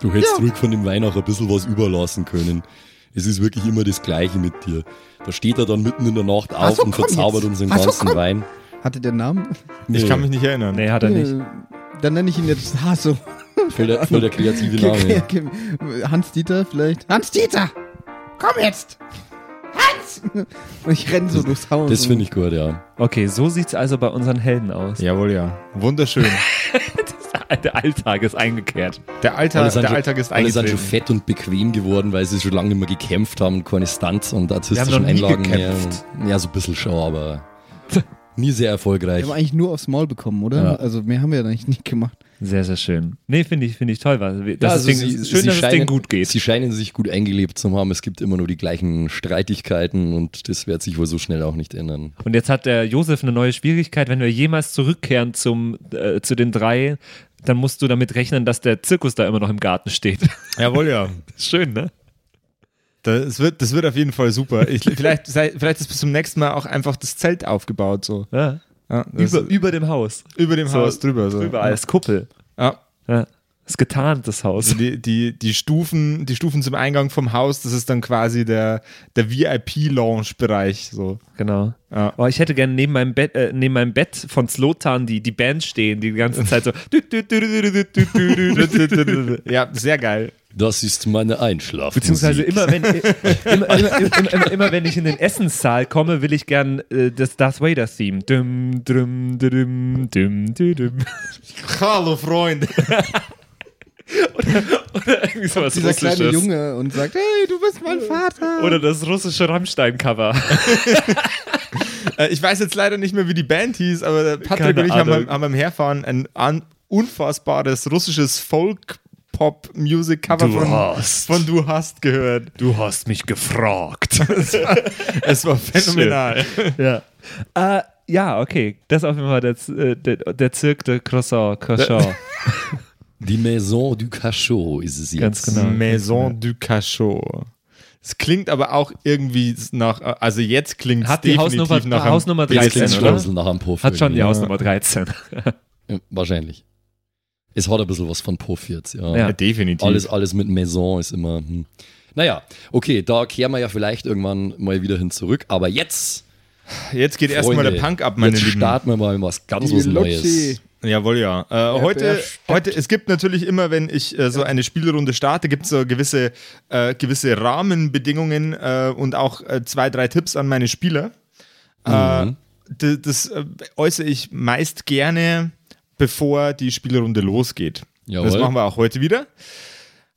Speaker 1: Du hättest
Speaker 2: Ja.
Speaker 1: ruhig von dem Wein auch ein bisschen was überlassen können. Es ist wirklich immer das Gleiche mit dir. Da steht er dann mitten in der Nacht auf
Speaker 2: so,
Speaker 1: und
Speaker 2: komm
Speaker 1: verzaubert
Speaker 2: jetzt.
Speaker 1: uns den
Speaker 2: Ach so,
Speaker 1: ganzen
Speaker 2: komm.
Speaker 1: Wein.
Speaker 2: Hatte der einen Namen?
Speaker 4: Ich kann mich nicht erinnern.
Speaker 3: Nee, hat er nicht.
Speaker 2: Äh, Dann nenne ich ihn jetzt Hasso.
Speaker 1: voll, der, voll der kreative
Speaker 2: Okay,
Speaker 1: Name.
Speaker 2: okay. Hans-Dieter vielleicht. Hans-Dieter! Komm jetzt! Hans! Und ich renne so durchs Haus.
Speaker 1: Das finde ich gut, ja.
Speaker 3: Okay, so sieht's also bei unseren Helden aus.
Speaker 4: Jawohl, ja. Wunderschön.
Speaker 3: Der Alltag ist eingekehrt.
Speaker 4: Der, Alter,
Speaker 1: Alle sind
Speaker 4: der
Speaker 1: schon-
Speaker 4: Alltag ist
Speaker 1: Alle sind schon
Speaker 4: eingetreten.
Speaker 1: fett und bequem geworden, weil sie schon lange nicht mehr gekämpft haben und keine Stunts und artistischen
Speaker 3: noch nie
Speaker 1: Einlagen mehr.
Speaker 3: gekämpft.
Speaker 1: Und, ja, so ein bisschen schon, aber nie sehr
Speaker 2: Wir
Speaker 1: erfolgreich.
Speaker 2: haben eigentlich nur aufs Maul bekommen, oder?
Speaker 1: Ja.
Speaker 2: Also mehr haben wir ja eigentlich nicht gemacht.
Speaker 3: Sehr, sehr schön. Nee, finde ich, finde ich toll. Weil das
Speaker 1: also
Speaker 3: Ding,
Speaker 1: sie-
Speaker 3: schön,
Speaker 1: sie
Speaker 3: dass es
Speaker 1: scheinen-
Speaker 3: denen gut geht.
Speaker 1: Sie scheinen sich gut eingelebt zu haben. Es gibt immer nur die gleichen Streitigkeiten und das wird sich wohl so schnell auch nicht ändern.
Speaker 3: Und jetzt hat der Josef eine neue Schwierigkeit. Wenn wir jemals zurückkehren zum, äh, zu den drei, dann musst du damit rechnen, dass der Zirkus da immer noch im Garten steht.
Speaker 4: Jawohl, ja.
Speaker 3: Schön, ne?
Speaker 4: Das wird, das wird auf jeden Fall super. Ich, vielleicht, sei- vielleicht ist bis zum nächsten Mal auch einfach das Zelt aufgebaut. So.
Speaker 3: Ja.
Speaker 4: Ja, das-
Speaker 3: Über, über dem Haus.
Speaker 4: über dem
Speaker 3: so,
Speaker 4: Haus drüber. So.
Speaker 3: Überall als Kuppel.
Speaker 4: Ja.
Speaker 3: Ja. Ist getarnt, das
Speaker 4: Also
Speaker 3: Haus.
Speaker 4: die, die, die, Stufen, die Stufen zum Eingang vom Haus, das ist dann quasi der, der VIP-Lounge-Bereich. So.
Speaker 3: Genau.
Speaker 4: Ja.
Speaker 3: Oh, ich hätte gerne neben meinem Bett, äh, neben meinem Bett von Slotan die, die Band stehen, die die ganze Zeit so.
Speaker 4: ja, sehr geil.
Speaker 1: Das ist meine Einschlafmusik.
Speaker 3: Beziehungsweise immer wenn, äh, immer, immer, immer, immer, immer wenn ich in den Essenssaal komme, will ich gern äh, das Darth Vader Theme. Dum, dum, dum, dum, dum, dum.
Speaker 4: Hallo, Freunde.
Speaker 3: Oder irgendwie sowas
Speaker 2: Dieser kleine
Speaker 3: Russisches.
Speaker 2: Junge und sagt, hey, du bist mein Vater.
Speaker 3: Oder das russische Rammstein-Cover.
Speaker 4: Äh, ich weiß jetzt leider nicht mehr, wie die Band hieß, aber der Patrick
Speaker 3: Keine
Speaker 4: und ich haben
Speaker 3: Ahnung.
Speaker 4: beim, haben beim Herfahren ein an, unfassbares russisches Folk-Pop-Music-Cover von,
Speaker 3: hast,
Speaker 4: von Du hast gehört.
Speaker 3: du hast mich gefragt.
Speaker 4: Es war phänomenal.
Speaker 3: ja. Äh, ja, okay. Das ist auf jeden Fall der, Z- äh, der, der Zirk de Croissant. Croissant.
Speaker 1: Die Maison du Cachot ist es jetzt.
Speaker 3: Ganz genau.
Speaker 4: Maison du Cachot. Es klingt aber auch irgendwie nach, also jetzt klingt es
Speaker 3: Hat die
Speaker 4: definitiv
Speaker 3: Hausnummer-
Speaker 4: nach einem-
Speaker 3: Hausnummer
Speaker 1: Jetzt
Speaker 3: 13,
Speaker 1: klingt schon
Speaker 3: oder?
Speaker 1: ein bisschen nach einem Puff.
Speaker 3: Hat schon die
Speaker 1: irgendwie.
Speaker 3: Hausnummer 13.
Speaker 1: Ja, Wahrscheinlich. Es hat ein bisschen was von Puff jetzt, ja.
Speaker 3: Ja.
Speaker 4: Ja, definitiv.
Speaker 1: Alles, alles mit Maison ist immer. Hm. Naja, okay, da kehren wir ja vielleicht irgendwann mal wieder hin zurück. Aber jetzt,
Speaker 4: Jetzt geht erstmal
Speaker 1: Freunde,
Speaker 4: der Punk ab, meine
Speaker 1: jetzt
Speaker 4: Lieben.
Speaker 1: starten wir mal was ganz
Speaker 2: Die
Speaker 1: was
Speaker 2: Lutschi.
Speaker 1: Neues.
Speaker 4: Jawohl, ja. Äh, heute, heute, es gibt natürlich immer, wenn ich äh, so eine Spielrunde starte, gibt es so gewisse, äh, gewisse Rahmenbedingungen äh, und auch äh, zwei, drei Tipps an meine Spieler. Äh, d- das äh, äußere ich meist gerne, bevor die Spielrunde losgeht.
Speaker 1: Jawohl.
Speaker 4: Das machen wir auch heute wieder.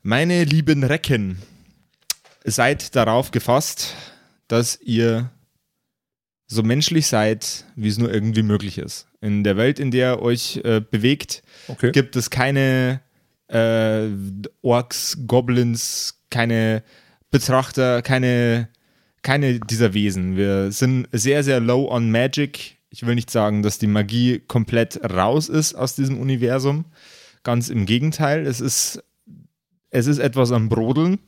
Speaker 4: Meine lieben Recken, seid darauf gefasst, dass ihr so menschlich seid, wie es nur irgendwie möglich ist. In der Welt, in der ihr euch äh, bewegt,
Speaker 3: Okay.
Speaker 4: gibt es keine äh, Orks, Goblins, keine Betrachter, keine, keine dieser Wesen. Wir sind sehr, sehr low on Magic. Ich will nicht sagen, dass die Magie komplett raus ist aus diesem Universum. Ganz im Gegenteil, es ist, es ist etwas am Brodeln.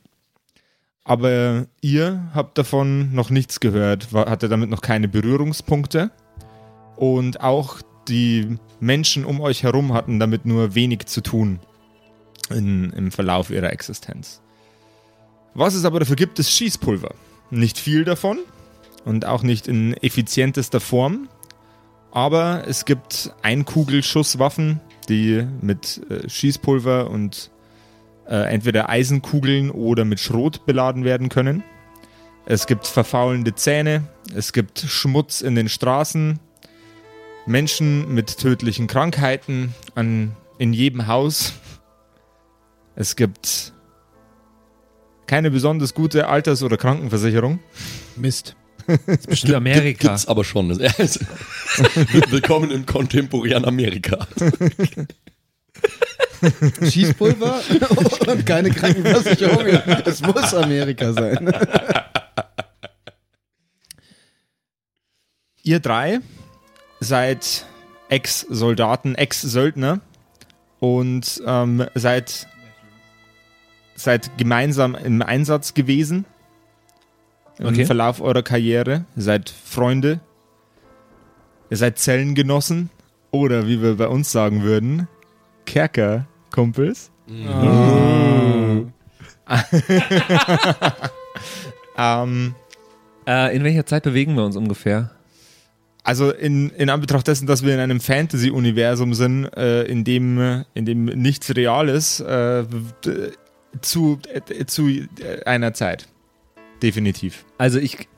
Speaker 4: Aber ihr habt davon noch nichts gehört, wa- hatte damit noch keine Berührungspunkte. Und auch die Menschen um euch herum hatten damit nur wenig zu tun in, im Verlauf ihrer Existenz. Was es aber dafür gibt, ist Schießpulver. Nicht viel davon und auch nicht in effizientester Form. Aber es gibt Einkugelschusswaffen, die mit äh, Schießpulver und äh, entweder Eisenkugeln oder mit Schrot beladen werden können. Es gibt verfaulende Zähne, es gibt Schmutz in den Straßen, Menschen mit tödlichen Krankheiten an, in jedem Haus. Es gibt keine besonders gute Alters- oder Krankenversicherung.
Speaker 2: Mist.
Speaker 3: Bestimmt Amerika.
Speaker 1: Gibt's aber schon. Also, Willkommen im kontemporären Amerika.
Speaker 2: Schießpulver und keine Krankenversicherung. Es muss Amerika sein.
Speaker 4: Ihr drei seid Ex-Soldaten, Ex-Söldner und ähm, seid, seid gemeinsam im Einsatz gewesen im
Speaker 3: Okay.
Speaker 4: Verlauf eurer Karriere. Ihr seid Freunde, ihr seid Zellengenossen oder wie wir bei uns sagen würden, Kerkerkumpels. ähm,
Speaker 3: Äh, in welcher Zeit bewegen wir uns ungefähr?
Speaker 4: Also in, in Anbetracht dessen, dass wir in einem Fantasy-Universum sind, äh, in, dem, äh, in dem nichts real ist, äh, d- zu, äh, zu äh, einer Zeit. Definitiv.
Speaker 3: Also ich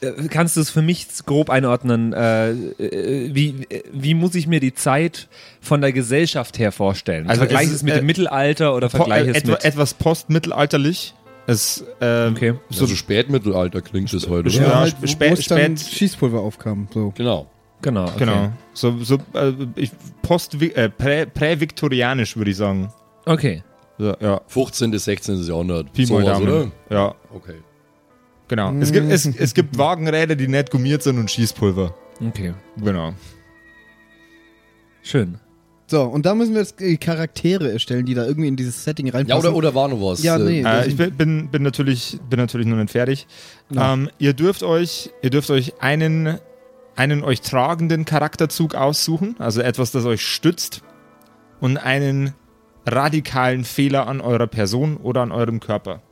Speaker 3: äh, kannst du es für mich grob einordnen, äh, äh, wie, äh, wie muss ich mir die Zeit von der Gesellschaft her vorstellen?
Speaker 4: Also
Speaker 3: vergleich
Speaker 4: es
Speaker 3: es,
Speaker 4: ist,
Speaker 3: mit
Speaker 4: äh,
Speaker 3: dem Mittelalter oder vergleich
Speaker 4: Po- äh,
Speaker 3: es
Speaker 4: etwa,
Speaker 3: mit
Speaker 4: etwas postmittelalterlich. Es, äh,
Speaker 3: Okay.
Speaker 1: So
Speaker 4: so,
Speaker 1: also Spätmittelalter klingt es heute, oder?
Speaker 4: Ja, sp- spät-
Speaker 2: halt, wo es dann
Speaker 4: spät-
Speaker 2: Schießpulver aufkam. So.
Speaker 1: Genau.
Speaker 3: genau, okay.
Speaker 4: Genau. So, so äh, ich- post äh, prä- präviktorianisch würde ich sagen.
Speaker 3: Okay.
Speaker 4: So, ja.
Speaker 1: 15. bis 16. Jahrhundert.
Speaker 4: Pi mal
Speaker 1: Sowas,
Speaker 4: Daumen.
Speaker 1: oder?
Speaker 4: Ja,
Speaker 1: Okay.
Speaker 4: genau. Es gibt, es, es gibt Wagenräder, die nicht gummiert sind und Schießpulver.
Speaker 3: Okay.
Speaker 4: Genau.
Speaker 3: Schön.
Speaker 2: so, und da müssen wir jetzt äh, Charaktere erstellen, die da irgendwie in dieses Setting
Speaker 1: Ja,
Speaker 2: reinpassen.
Speaker 1: oder, oder war noch was?
Speaker 2: Ja, nee.
Speaker 1: Äh,
Speaker 4: Äh, ich bin, bin, bin, natürlich, bin natürlich noch nicht fertig.
Speaker 2: Na.
Speaker 4: Ähm, ihr dürft euch, ihr dürft euch einen, einen euch tragenden Charakterzug aussuchen, also etwas, das euch stützt, und einen radikalen Fehler an eurer Person oder an eurem Körper.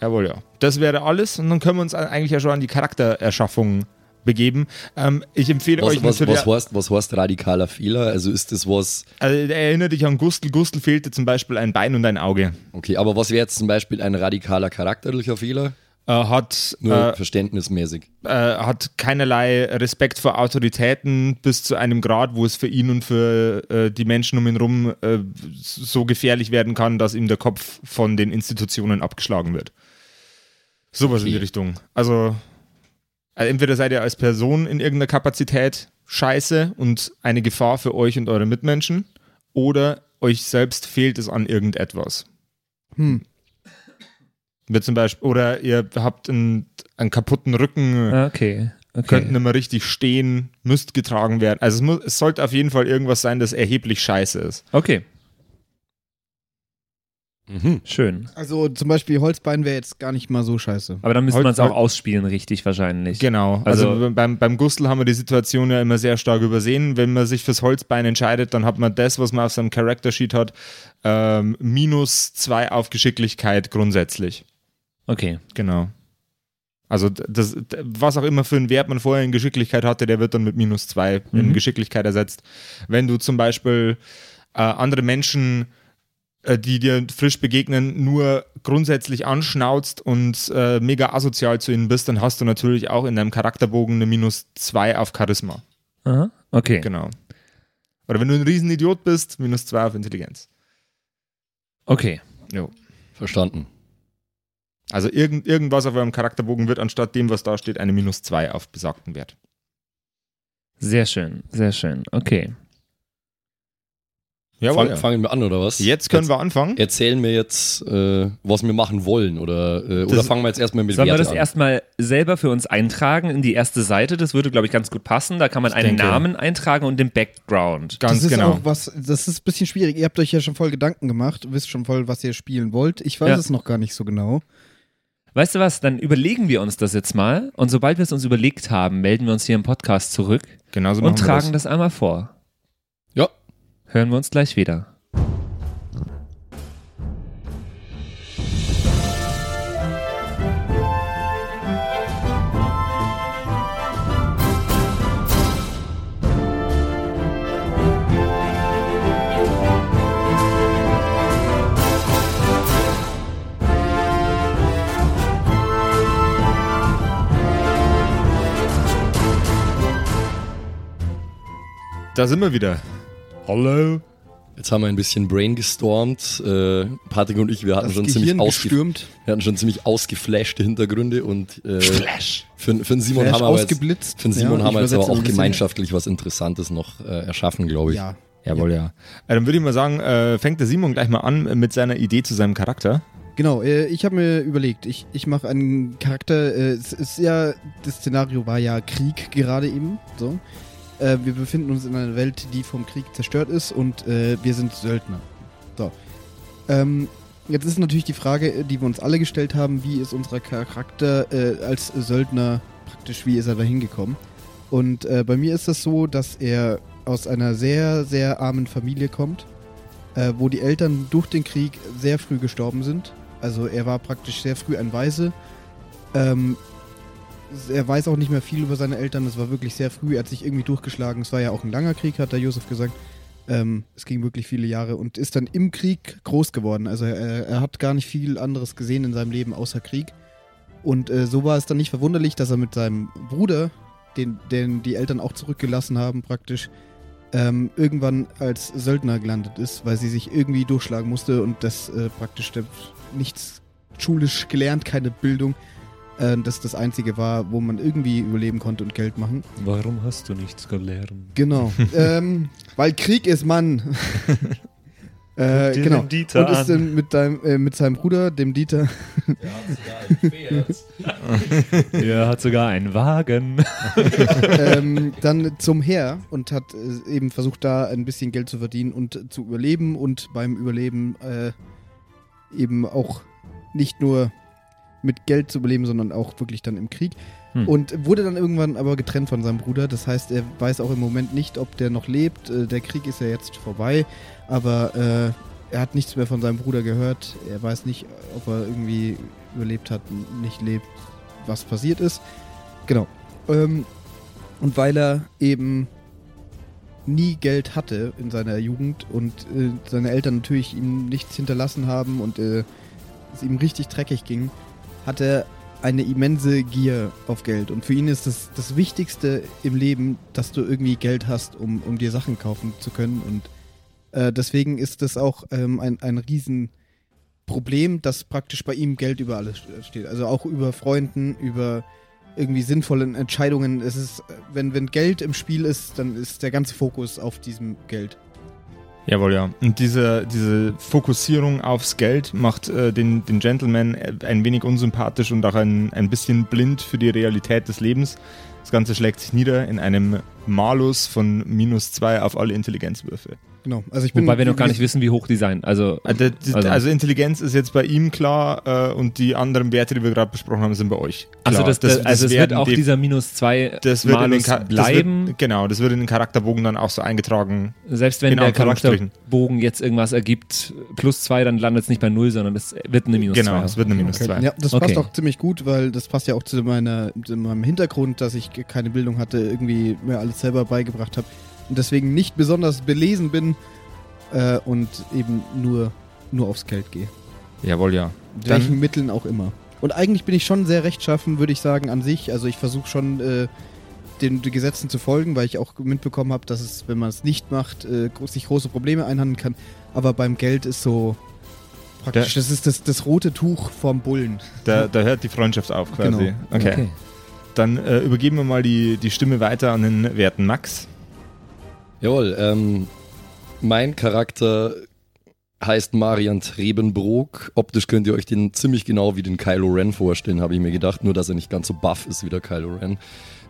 Speaker 4: Jawohl, ja. Das wäre alles und dann können wir uns eigentlich ja schon an die Charaktererschaffung begeben. Ähm, ich empfehle euch
Speaker 1: was, was,
Speaker 4: natürlich.
Speaker 1: was, heißt, was heißt radikaler Fehler? Also ist das was.
Speaker 4: also, erinnere dich an Gustl. Gustl fehlte zum Beispiel ein Bein und ein Auge.
Speaker 1: Okay, aber was wäre jetzt zum Beispiel ein radikaler charakterlicher Fehler?
Speaker 4: Äh, hat
Speaker 1: Nur
Speaker 4: äh,
Speaker 1: verständnismäßig.
Speaker 4: äh, hat keinerlei Respekt vor Autoritäten bis zu einem Grad, wo es für ihn und für äh, die Menschen um ihn herum äh, so gefährlich werden kann, dass ihm der Kopf von den Institutionen abgeschlagen wird. Sowas in die
Speaker 1: Okay.
Speaker 4: Richtung. Also, äh, entweder seid ihr als Person in irgendeiner Kapazität scheiße und eine Gefahr für euch und eure Mitmenschen, oder euch selbst fehlt es an irgendetwas.
Speaker 2: Hm.
Speaker 4: Wie zum Beispiel, oder ihr habt einen, einen kaputten Rücken,
Speaker 3: Ah, Okay. okay.
Speaker 4: könnten immer richtig stehen, müsst getragen werden. Also es, muss, es sollte auf jeden Fall irgendwas sein, das erheblich scheiße ist.
Speaker 3: okay.
Speaker 1: Mhm.
Speaker 3: Schön.
Speaker 2: Also zum Beispiel Holzbein wäre jetzt gar nicht mal so scheiße.
Speaker 3: Aber dann müsste
Speaker 4: Heute-
Speaker 3: man es auch
Speaker 4: heute-
Speaker 3: ausspielen, richtig wahrscheinlich.
Speaker 4: Genau. Also,
Speaker 3: Also-
Speaker 4: beim, beim Gustl haben wir die Situation ja immer sehr stark übersehen. Wenn man sich fürs Holzbein entscheidet, dann hat man das, was man auf seinem Character Sheet hat, ähm, minus zwei auf Geschicklichkeit grundsätzlich.
Speaker 3: Okay.
Speaker 4: Genau. Also d- das, d- was auch immer für einen Wert man vorher in Geschicklichkeit hatte, der wird dann mit minus zwei in
Speaker 3: Mhm.
Speaker 4: Geschicklichkeit ersetzt. Wenn du zum Beispiel äh, andere Menschen, äh, die dir frisch begegnen, nur grundsätzlich anschnauzt und äh, mega asozial zu ihnen bist, dann hast du natürlich auch in deinem Charakterbogen eine minus zwei auf Charisma.
Speaker 3: Aha. Okay.
Speaker 4: Genau. Oder wenn du ein Riesenidiot bist, minus zwei auf Intelligenz.
Speaker 3: Okay.
Speaker 1: Verstanden.
Speaker 4: Also irgend, irgendwas auf eurem Charakterbogen wird anstatt dem, was da steht, eine minus zwei auf besagten Wert.
Speaker 3: Sehr schön. Sehr schön. Okay.
Speaker 1: Fang,
Speaker 4: ja.
Speaker 1: Fangen wir an, oder was?
Speaker 4: Jetzt können wir anfangen.
Speaker 1: Erzählen wir jetzt, äh, was wir machen wollen. Oder, äh, oder
Speaker 4: Das-
Speaker 1: fangen wir jetzt erstmal mit
Speaker 3: Sollen wir
Speaker 1: Werte
Speaker 3: das
Speaker 1: an?
Speaker 3: erstmal selber für uns eintragen in die erste Seite? Das würde, glaube ich, ganz gut passen. Da kann man einen
Speaker 4: denke-
Speaker 3: Namen eintragen und den Background.
Speaker 4: Ganz
Speaker 2: das ist
Speaker 4: genau.
Speaker 2: auch was, das ist ein bisschen schwierig. Ihr habt euch ja schon voll Gedanken gemacht, wisst schon voll, was ihr spielen wollt. Ich weiß
Speaker 3: Ja.
Speaker 2: es noch gar nicht so genau.
Speaker 3: Weißt du was? Dann überlegen wir uns das jetzt mal. Und sobald wir es uns überlegt haben, melden wir uns hier im Podcast zurück
Speaker 4: Genauso
Speaker 3: und
Speaker 4: Genau machen wir
Speaker 3: tragen Also das. einmal vor.
Speaker 1: Ja.
Speaker 3: Hören wir uns gleich wieder.
Speaker 4: Da sind wir wieder. Äh,
Speaker 3: Hallo.
Speaker 1: Jetzt haben wir ein bisschen Brain gestormt. Äh, Patrick und ich, wir hatten,
Speaker 2: Das
Speaker 1: schon ziemlich,
Speaker 2: Gehirn
Speaker 1: ausge
Speaker 2: gestürmt,
Speaker 1: wir hatten schon ziemlich ausgeflashte Hintergründe und äh,
Speaker 3: Flash.
Speaker 1: für, für den Simon
Speaker 2: Flash
Speaker 1: haben wir jetzt,
Speaker 2: ausgeblitzt.
Speaker 1: für den Simon
Speaker 2: Ja,
Speaker 1: haben wir
Speaker 2: ich
Speaker 1: jetzt aber
Speaker 2: übersetze
Speaker 1: auch
Speaker 2: ein bisschen.
Speaker 1: gemeinschaftlich was Interessantes noch äh, erschaffen, glaube ich.
Speaker 2: Ja.
Speaker 4: Jawohl, ja. Äh, dann würde ich mal sagen, äh, fängt der Simon gleich mal an mit seiner Idee zu seinem Charakter.
Speaker 2: Genau, äh, ich habe mir überlegt, ich, ich mache einen Charakter, äh, es ist ja, das Szenario war ja Krieg gerade eben, so. Äh, wir befinden uns in einer Welt, die vom Krieg zerstört ist und äh, wir sind Söldner. So. Ähm, jetzt ist natürlich die Frage, äh, die wir uns alle gestellt haben, wie ist unser Charakter äh, als Söldner praktisch, wie ist er da hingekommen? Und äh, bei mir ist das so, dass er aus einer sehr, sehr armen Familie kommt äh, wo die Eltern durch den Krieg sehr früh gestorben sind. Also er war praktisch sehr früh ein Waise. Ähm, er weiß auch nicht mehr viel über seine Eltern. Es war wirklich sehr früh. Er hat sich irgendwie durchgeschlagen. Es war ja auch ein langer Krieg, hat der Josef gesagt. Ähm, es ging wirklich viele Jahre und ist dann im Krieg groß geworden. Also er, er hat gar nicht viel anderes gesehen in seinem Leben außer Krieg. Und äh, so war es dann nicht verwunderlich, dass er mit seinem Bruder, den, den die Eltern auch zurückgelassen haben praktisch, ähm, irgendwann als Söldner gelandet ist, weil sie sich irgendwie durchschlagen musste und das äh, praktisch der- nichts schulisch gelernt, keine Bildung, äh, das das Einzige war, wo man irgendwie überleben konnte und Geld machen.
Speaker 3: Warum hast du nichts gelernt?
Speaker 2: Genau. ähm, weil Krieg ist Mann. äh,
Speaker 3: Dir
Speaker 2: genau.
Speaker 3: den Dieter
Speaker 2: und ist
Speaker 3: an.
Speaker 2: dann mit, deinem, äh, mit seinem Bruder, dem Dieter,
Speaker 3: er hat sogar einen Wagen.
Speaker 2: ähm, dann zum Heer und hat äh, eben versucht, da ein bisschen Geld zu verdienen und äh, zu überleben und beim Überleben äh, eben auch nicht nur mit Geld zu überleben, sondern auch wirklich dann im Krieg.
Speaker 3: Hm.
Speaker 2: Und wurde dann irgendwann aber getrennt von seinem Bruder. Das heißt, er weiß auch im Moment nicht, ob der noch lebt. Äh, Der Krieg ist ja jetzt vorbei, aber äh, er hat nichts mehr von seinem Bruder gehört. Er weiß nicht, ob er irgendwie überlebt hat, n- nicht lebt, was passiert ist. Genau. Ähm, und weil er eben nie Geld hatte in seiner Jugend und äh, seine Eltern natürlich ihm nichts hinterlassen haben und äh, es ihm richtig dreckig ging, hat er eine immense Gier auf Geld. Und für ihn ist das, das Wichtigste im Leben, dass du irgendwie Geld hast, um, um dir Sachen kaufen zu können. Und äh, deswegen ist das auch ähm, ein, ein Riesenproblem, dass praktisch bei ihm Geld über alles steht. Also auch über Freunden, über irgendwie sinnvollen Entscheidungen. Es ist, äh, wenn, wenn Geld im Spiel ist, dann ist der ganze Fokus auf diesem Geld.
Speaker 4: Jawohl, ja. Und diese, diese Fokussierung aufs Geld macht äh, den, den Gentleman äh, ein wenig unsympathisch und auch ein, ein bisschen blind für die Realität des Lebens. Das Ganze schlägt sich nieder in einem Malus von minus zwei auf alle Intelligenzwürfe.
Speaker 2: Genau. Also ich bin,
Speaker 3: Wobei wir noch gar nicht wissen,
Speaker 2: wissen.
Speaker 3: wie hoch die sein. Also,
Speaker 4: Also, das-
Speaker 3: Also-
Speaker 4: also Intelligenz ist jetzt bei ihm klar äh, und die anderen Werte, die wir gerade besprochen haben, sind bei euch. Klar.
Speaker 3: also, das, das, also es wird
Speaker 4: werden
Speaker 3: auch
Speaker 4: die-
Speaker 3: dieser minus zwei
Speaker 4: das wird in den
Speaker 3: Malus
Speaker 4: Ka- Das
Speaker 3: bleiben,
Speaker 4: wird, genau, das wird in den Charakterbogen dann auch so eingetragen.
Speaker 3: selbst wenn
Speaker 4: in
Speaker 3: der
Speaker 4: Anführungsstrichen.
Speaker 3: Charakterbogen jetzt irgendwas ergibt, plus zwei, dann landet es nicht bei null, sondern es wird eine minus
Speaker 4: genau,
Speaker 3: zwei.
Speaker 4: es wird eine minus zwei.
Speaker 2: Ja, das
Speaker 3: Okay.
Speaker 2: passt auch ziemlich gut, weil das passt ja auch zu, meiner, zu meinem Hintergrund, dass ich ge- keine Bildung hatte, irgendwie mir alles selber beigebracht habe und deswegen nicht besonders belesen bin äh, und eben nur, nur aufs Geld gehe.
Speaker 4: Jawohl, ja.
Speaker 2: Mit
Speaker 4: Dann-
Speaker 2: welchen Mitteln auch immer. Und eigentlich bin ich schon sehr rechtschaffen, würde ich sagen, an sich. Also ich versuche schon äh, den, den Gesetzen zu folgen, weil ich auch mitbekommen habe, dass es, wenn man es nicht macht, äh, gro- sich große Probleme einhandeln kann. Aber beim Geld ist so praktisch, das ist das, das rote Tuch vom Bullen.
Speaker 4: Da, da hört die Freundschaft auf quasi.
Speaker 2: Genau.
Speaker 4: Okay. Dann äh, übergeben wir mal die, die Stimme weiter an den werten Max.
Speaker 1: Jawohl, ähm, mein Charakter heißt Marian Trebenbrook. Optisch könnt ihr euch den ziemlich genau wie den Kylo Ren vorstellen, habe ich mir gedacht. Nur, dass er nicht ganz so buff ist wie der Kylo Ren.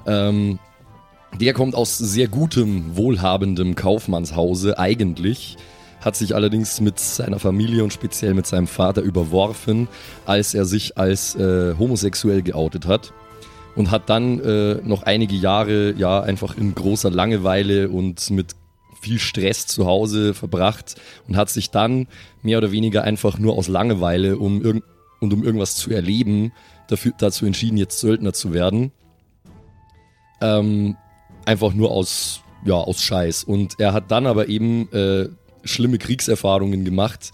Speaker 1: Ähm, der kommt aus sehr gutem, wohlhabendem Kaufmannshause eigentlich, hat sich allerdings mit seiner Familie und speziell mit seinem Vater überworfen, als er sich als äh, homosexuell geoutet hat und hat dann äh, noch einige Jahre ja einfach in großer Langeweile und mit viel Stress zu Hause verbracht und hat sich dann mehr oder weniger einfach nur aus Langeweile um irgend und um irgendwas zu erleben dafür dazu entschieden jetzt Söldner zu werden ähm, einfach nur aus ja aus Scheiß und er hat dann aber eben äh, schlimme Kriegserfahrungen gemacht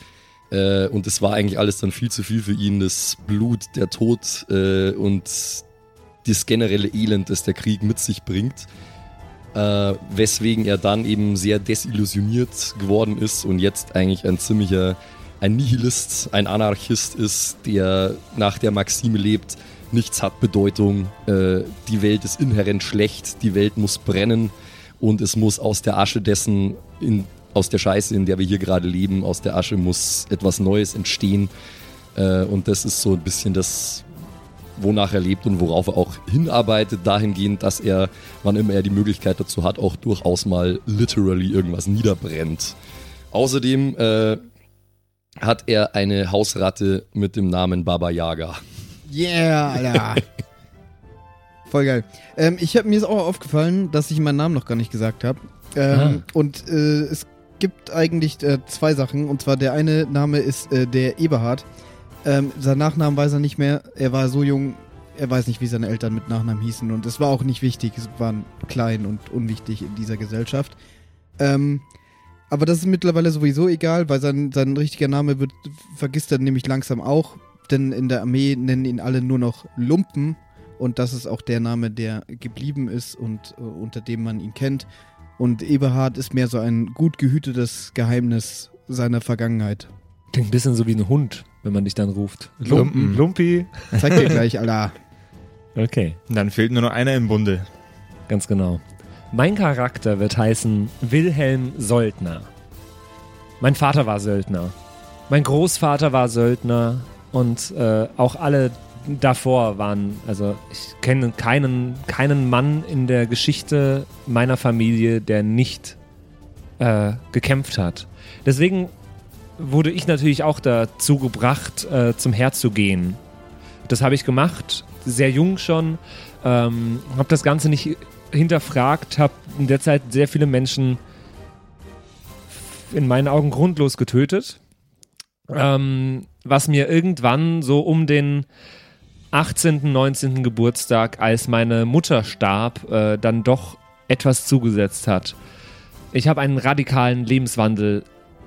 Speaker 1: äh, und es war eigentlich alles dann viel zu viel für ihn das Blut der Tod äh, und das generelle Elend, das der Krieg mit sich bringt. äh, weswegen er dann eben sehr desillusioniert geworden ist und jetzt eigentlich ein ziemlicher ein Nihilist, ein Anarchist ist, der nach der Maxime lebt, nichts hat Bedeutung, äh, die Welt ist inhärent schlecht, die Welt muss brennen und es muss aus der Asche dessen, in, aus der Scheiße, in der wir hier gerade leben, aus der Asche muss etwas Neues entstehen. Äh, und das ist so ein bisschen das, wonach er lebt und worauf er auch hinarbeitet, dahingehend, dass er, wann immer er die Möglichkeit dazu hat, auch durchaus mal literally irgendwas niederbrennt. Außerdem äh, hat er eine Hausratte mit dem Namen Baba Yaga.
Speaker 2: Yeah, Alter. Voll geil. Ähm, ich hab, mir ist auch aufgefallen, dass ich meinen Namen noch gar nicht gesagt habe. Ähm, Und äh, es gibt eigentlich äh, zwei Sachen. Und zwar der eine Name ist äh, der Eberhard. Ähm, sein Nachnamen weiß er nicht mehr. Er war so jung, er weiß nicht, wie seine Eltern mit Nachnamen hießen. Und es war auch nicht wichtig. Es waren klein und unwichtig in dieser Gesellschaft. Ähm, aber das ist mittlerweile sowieso egal, weil sein, sein richtiger Name wird, vergisst er nämlich langsam auch. Denn in der Armee nennen ihn alle nur noch Lumpen. Und das ist auch der Name, der geblieben ist und äh, unter dem man ihn kennt. Und Eberhard ist mehr so ein gut gehütetes Geheimnis seiner Vergangenheit.
Speaker 3: Klingt ein bisschen so wie ein Hund, wenn man dich dann ruft.
Speaker 4: Lumpen.
Speaker 3: Lumpi.
Speaker 2: Zeig dir gleich, Allah.
Speaker 3: Okay,
Speaker 4: Dann fehlt nur noch einer im Bunde.
Speaker 3: ganz genau. Mein Charakter wird heißen Wilhelm Söldner. Mein Vater war Söldner. Mein Großvater war Söldner und äh, auch alle davor waren, also ich kenne keinen, keinen Mann in der Geschichte meiner Familie, der nicht äh, gekämpft hat. Deswegen wurde ich natürlich auch dazu gebracht, äh, zum Heer zu gehen. Das habe ich gemacht, sehr jung schon, ähm, habe das Ganze nicht hinterfragt, habe in der Zeit sehr viele Menschen in meinen Augen grundlos getötet. Ähm, was mir irgendwann so um den 18., 19. Geburtstag, als meine Mutter starb, äh, dann doch etwas zugesetzt hat. Ich habe einen radikalen Lebenswandel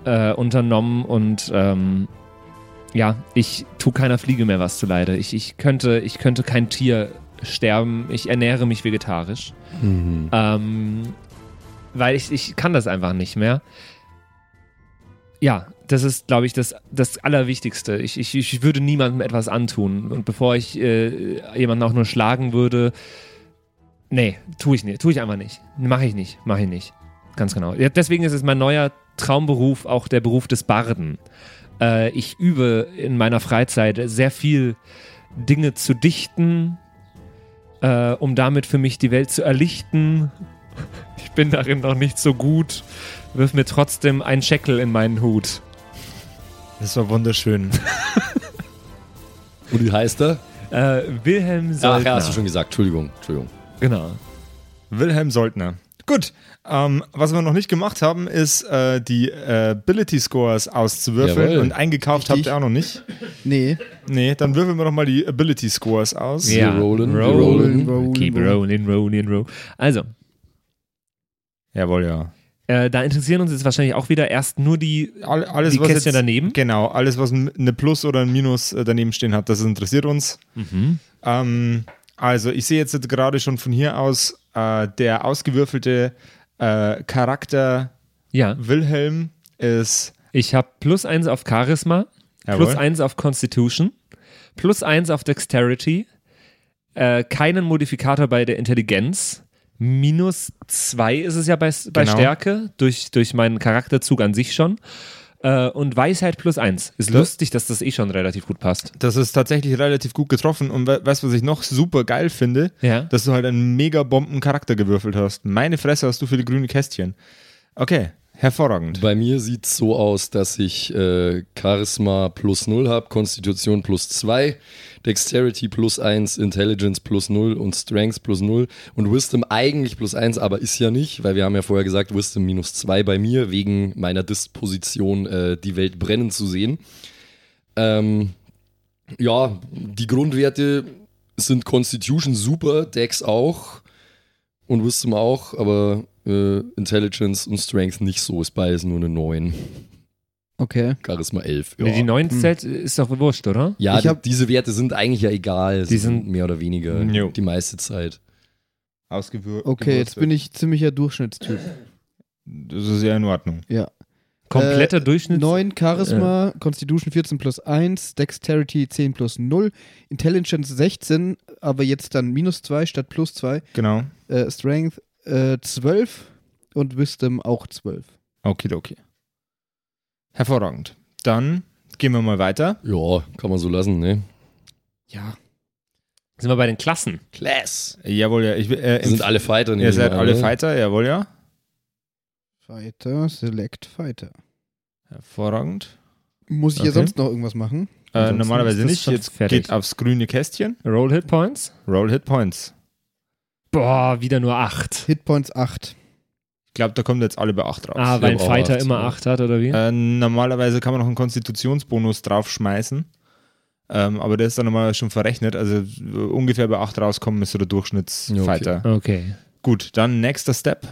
Speaker 3: äh, unternommen und ähm, ja, ich tue keiner Fliege mehr was zu leide. Ich, ich, könnte, ich könnte kein Tier sterben. Ich ernähre mich vegetarisch. Ähm, weil ich, ich kann das einfach nicht mehr. Ja, das ist, glaube ich, das, das Allerwichtigste. Ich, ich, ich würde niemandem etwas antun. Und bevor ich äh, jemanden auch nur schlagen würde, nee, tue ich nicht. Tue ich einfach nicht. Mache ich nicht. Mache ich nicht. Ganz genau. Ja, deswegen ist es mein neuer Traumberuf auch der Beruf des Barden. Äh, ich übe in meiner Freizeit sehr viel Dinge zu dichten, äh, um damit für mich die Welt zu erlichten. Ich bin darin noch nicht so gut, wirf mir trotzdem einen Scheckel in meinen Hut.
Speaker 4: Das war wunderschön.
Speaker 1: Und wie heißt er?
Speaker 3: Äh, Wilhelm
Speaker 1: Ach
Speaker 3: Söldner.
Speaker 1: ja, hast du schon gesagt. Entschuldigung, Entschuldigung.
Speaker 3: Genau.
Speaker 4: Wilhelm Soldner. Gut, ähm, was wir noch nicht gemacht haben, ist äh, die äh, Ability Scores auszuwürfeln
Speaker 1: Jawohl.
Speaker 4: und eingekauft habt
Speaker 2: Richtig.
Speaker 4: ihr auch noch nicht.
Speaker 2: Nee.
Speaker 4: Nee, dann würfeln wir doch mal die Ability Scores aus.
Speaker 1: Ja. rollen, wir
Speaker 3: rollen,
Speaker 2: rollen.
Speaker 3: Keep rolling, rolling, roll. Also,
Speaker 4: Jawohl, ja.
Speaker 3: äh, da interessieren uns jetzt wahrscheinlich auch wieder erst nur die,
Speaker 4: All, alles,
Speaker 3: die
Speaker 4: was
Speaker 3: Kästchen
Speaker 4: jetzt,
Speaker 3: daneben.
Speaker 4: Genau, alles, was ein- eine Plus oder ein Minus äh, daneben stehen hat, das interessiert uns.
Speaker 3: Mhm.
Speaker 4: Ähm, also, ich sehe jetzt gerade schon von hier aus, äh, der ausgewürfelte äh, Charakter
Speaker 3: Ja,
Speaker 4: Wilhelm ist.
Speaker 3: ich habe plus eins auf Charisma, plus eins auf Constitution, plus eins auf Dexterity, äh, keinen Modifikator bei der Intelligenz, minus zwei ist es ja bei, bei
Speaker 4: Genau.
Speaker 3: Stärke, durch, durch meinen Charakterzug an sich schon. Äh, und Weisheit plus eins. Ist lustig, dass das eh schon relativ gut passt.
Speaker 4: Das ist tatsächlich relativ gut getroffen und we weißt du, was ich noch super geil finde?
Speaker 3: Ja.
Speaker 4: Dass du halt einen mega Bomben-Charakter gewürfelt hast. Meine Fresse hast du viele grüne Kästchen. Okay, hervorragend.
Speaker 1: Bei mir sieht es so aus, dass ich äh, Charisma plus 0 habe, Konstitution plus 2, Dexterity plus 1, Intelligence plus 0 und Strength plus 0 und Wisdom eigentlich plus 1, aber ist ja nicht, weil wir haben ja vorher gesagt, Wisdom minus 2 bei mir, wegen meiner Disposition, äh, die Welt brennen zu sehen. Ähm, ja, die Grundwerte sind Constitution super, Dex auch und Wisdom auch, aber äh, Intelligence und Strength nicht so. Ist beides nur eine 9.
Speaker 2: Okay.
Speaker 1: Charisma 11.
Speaker 3: Nee, Die
Speaker 1: Ja,
Speaker 3: neun Zelt ist doch wurscht, oder?
Speaker 1: ja
Speaker 2: Ich hab-
Speaker 1: diese Werte sind eigentlich ja egal.
Speaker 3: Die
Speaker 1: Sie
Speaker 3: sind-
Speaker 1: mehr oder weniger
Speaker 4: Jo.
Speaker 1: die meiste Zeit.
Speaker 4: ausgewürzt.
Speaker 2: Okay, jetzt bin ich ziemlicher Durchschnittstyp.
Speaker 4: Das ist ja in Ordnung.
Speaker 2: Ja.
Speaker 3: Kompletter
Speaker 2: Äh,
Speaker 3: Durchschnitt.
Speaker 2: 9 Charisma, Constitution 14 plus 1, Dexterity 10 plus 0, Intelligence 16, aber jetzt dann minus 2 statt plus 2,
Speaker 4: Genau.
Speaker 2: äh, Strength äh, 12 und Wisdom auch 12.
Speaker 4: Okay, okay. Hervorragend. Dann gehen wir mal weiter.
Speaker 1: Ja, kann man so lassen, ne?
Speaker 2: Ja.
Speaker 3: Sind wir bei den Klassen?
Speaker 1: Class.
Speaker 4: Jawohl, ja. Ich, will- äh,
Speaker 1: Sind alle Fighter, nehme
Speaker 4: ihr
Speaker 1: ich
Speaker 4: seid
Speaker 1: mal an,
Speaker 4: alle
Speaker 1: ne?
Speaker 4: Fighter, jawohl, ja.
Speaker 2: Fighter, Select Fighter.
Speaker 4: Hervorragend.
Speaker 2: Muss ich ja
Speaker 3: Okay.
Speaker 2: sonst noch irgendwas machen?
Speaker 4: Äh,
Speaker 3: Ansonsten
Speaker 4: normalerweise
Speaker 3: ist das
Speaker 4: nicht.
Speaker 3: schon
Speaker 4: Jetzt
Speaker 3: fertig.
Speaker 4: geht aufs grüne Kästchen.
Speaker 3: Roll Hit Points?
Speaker 4: Roll Hit Points.
Speaker 3: Boah, wieder nur 8.
Speaker 2: Hitpoints 8.
Speaker 4: Ich glaube, da kommen jetzt alle bei 8 raus.
Speaker 3: Ah,
Speaker 1: Ich
Speaker 3: weil ein
Speaker 1: hab auch
Speaker 3: Fighter
Speaker 1: acht,
Speaker 3: immer
Speaker 1: ja.
Speaker 3: 8 hat, oder wie?
Speaker 4: Äh, normalerweise kann man noch einen Konstitutionsbonus draufschmeißen. Ähm, aber der ist dann normalerweise schon verrechnet. Also äh, ungefähr bei 8 rauskommen ist so der
Speaker 1: Ja, okay.
Speaker 4: Durchschnittsfighter.
Speaker 3: Okay.
Speaker 4: Gut, dann nächster Step.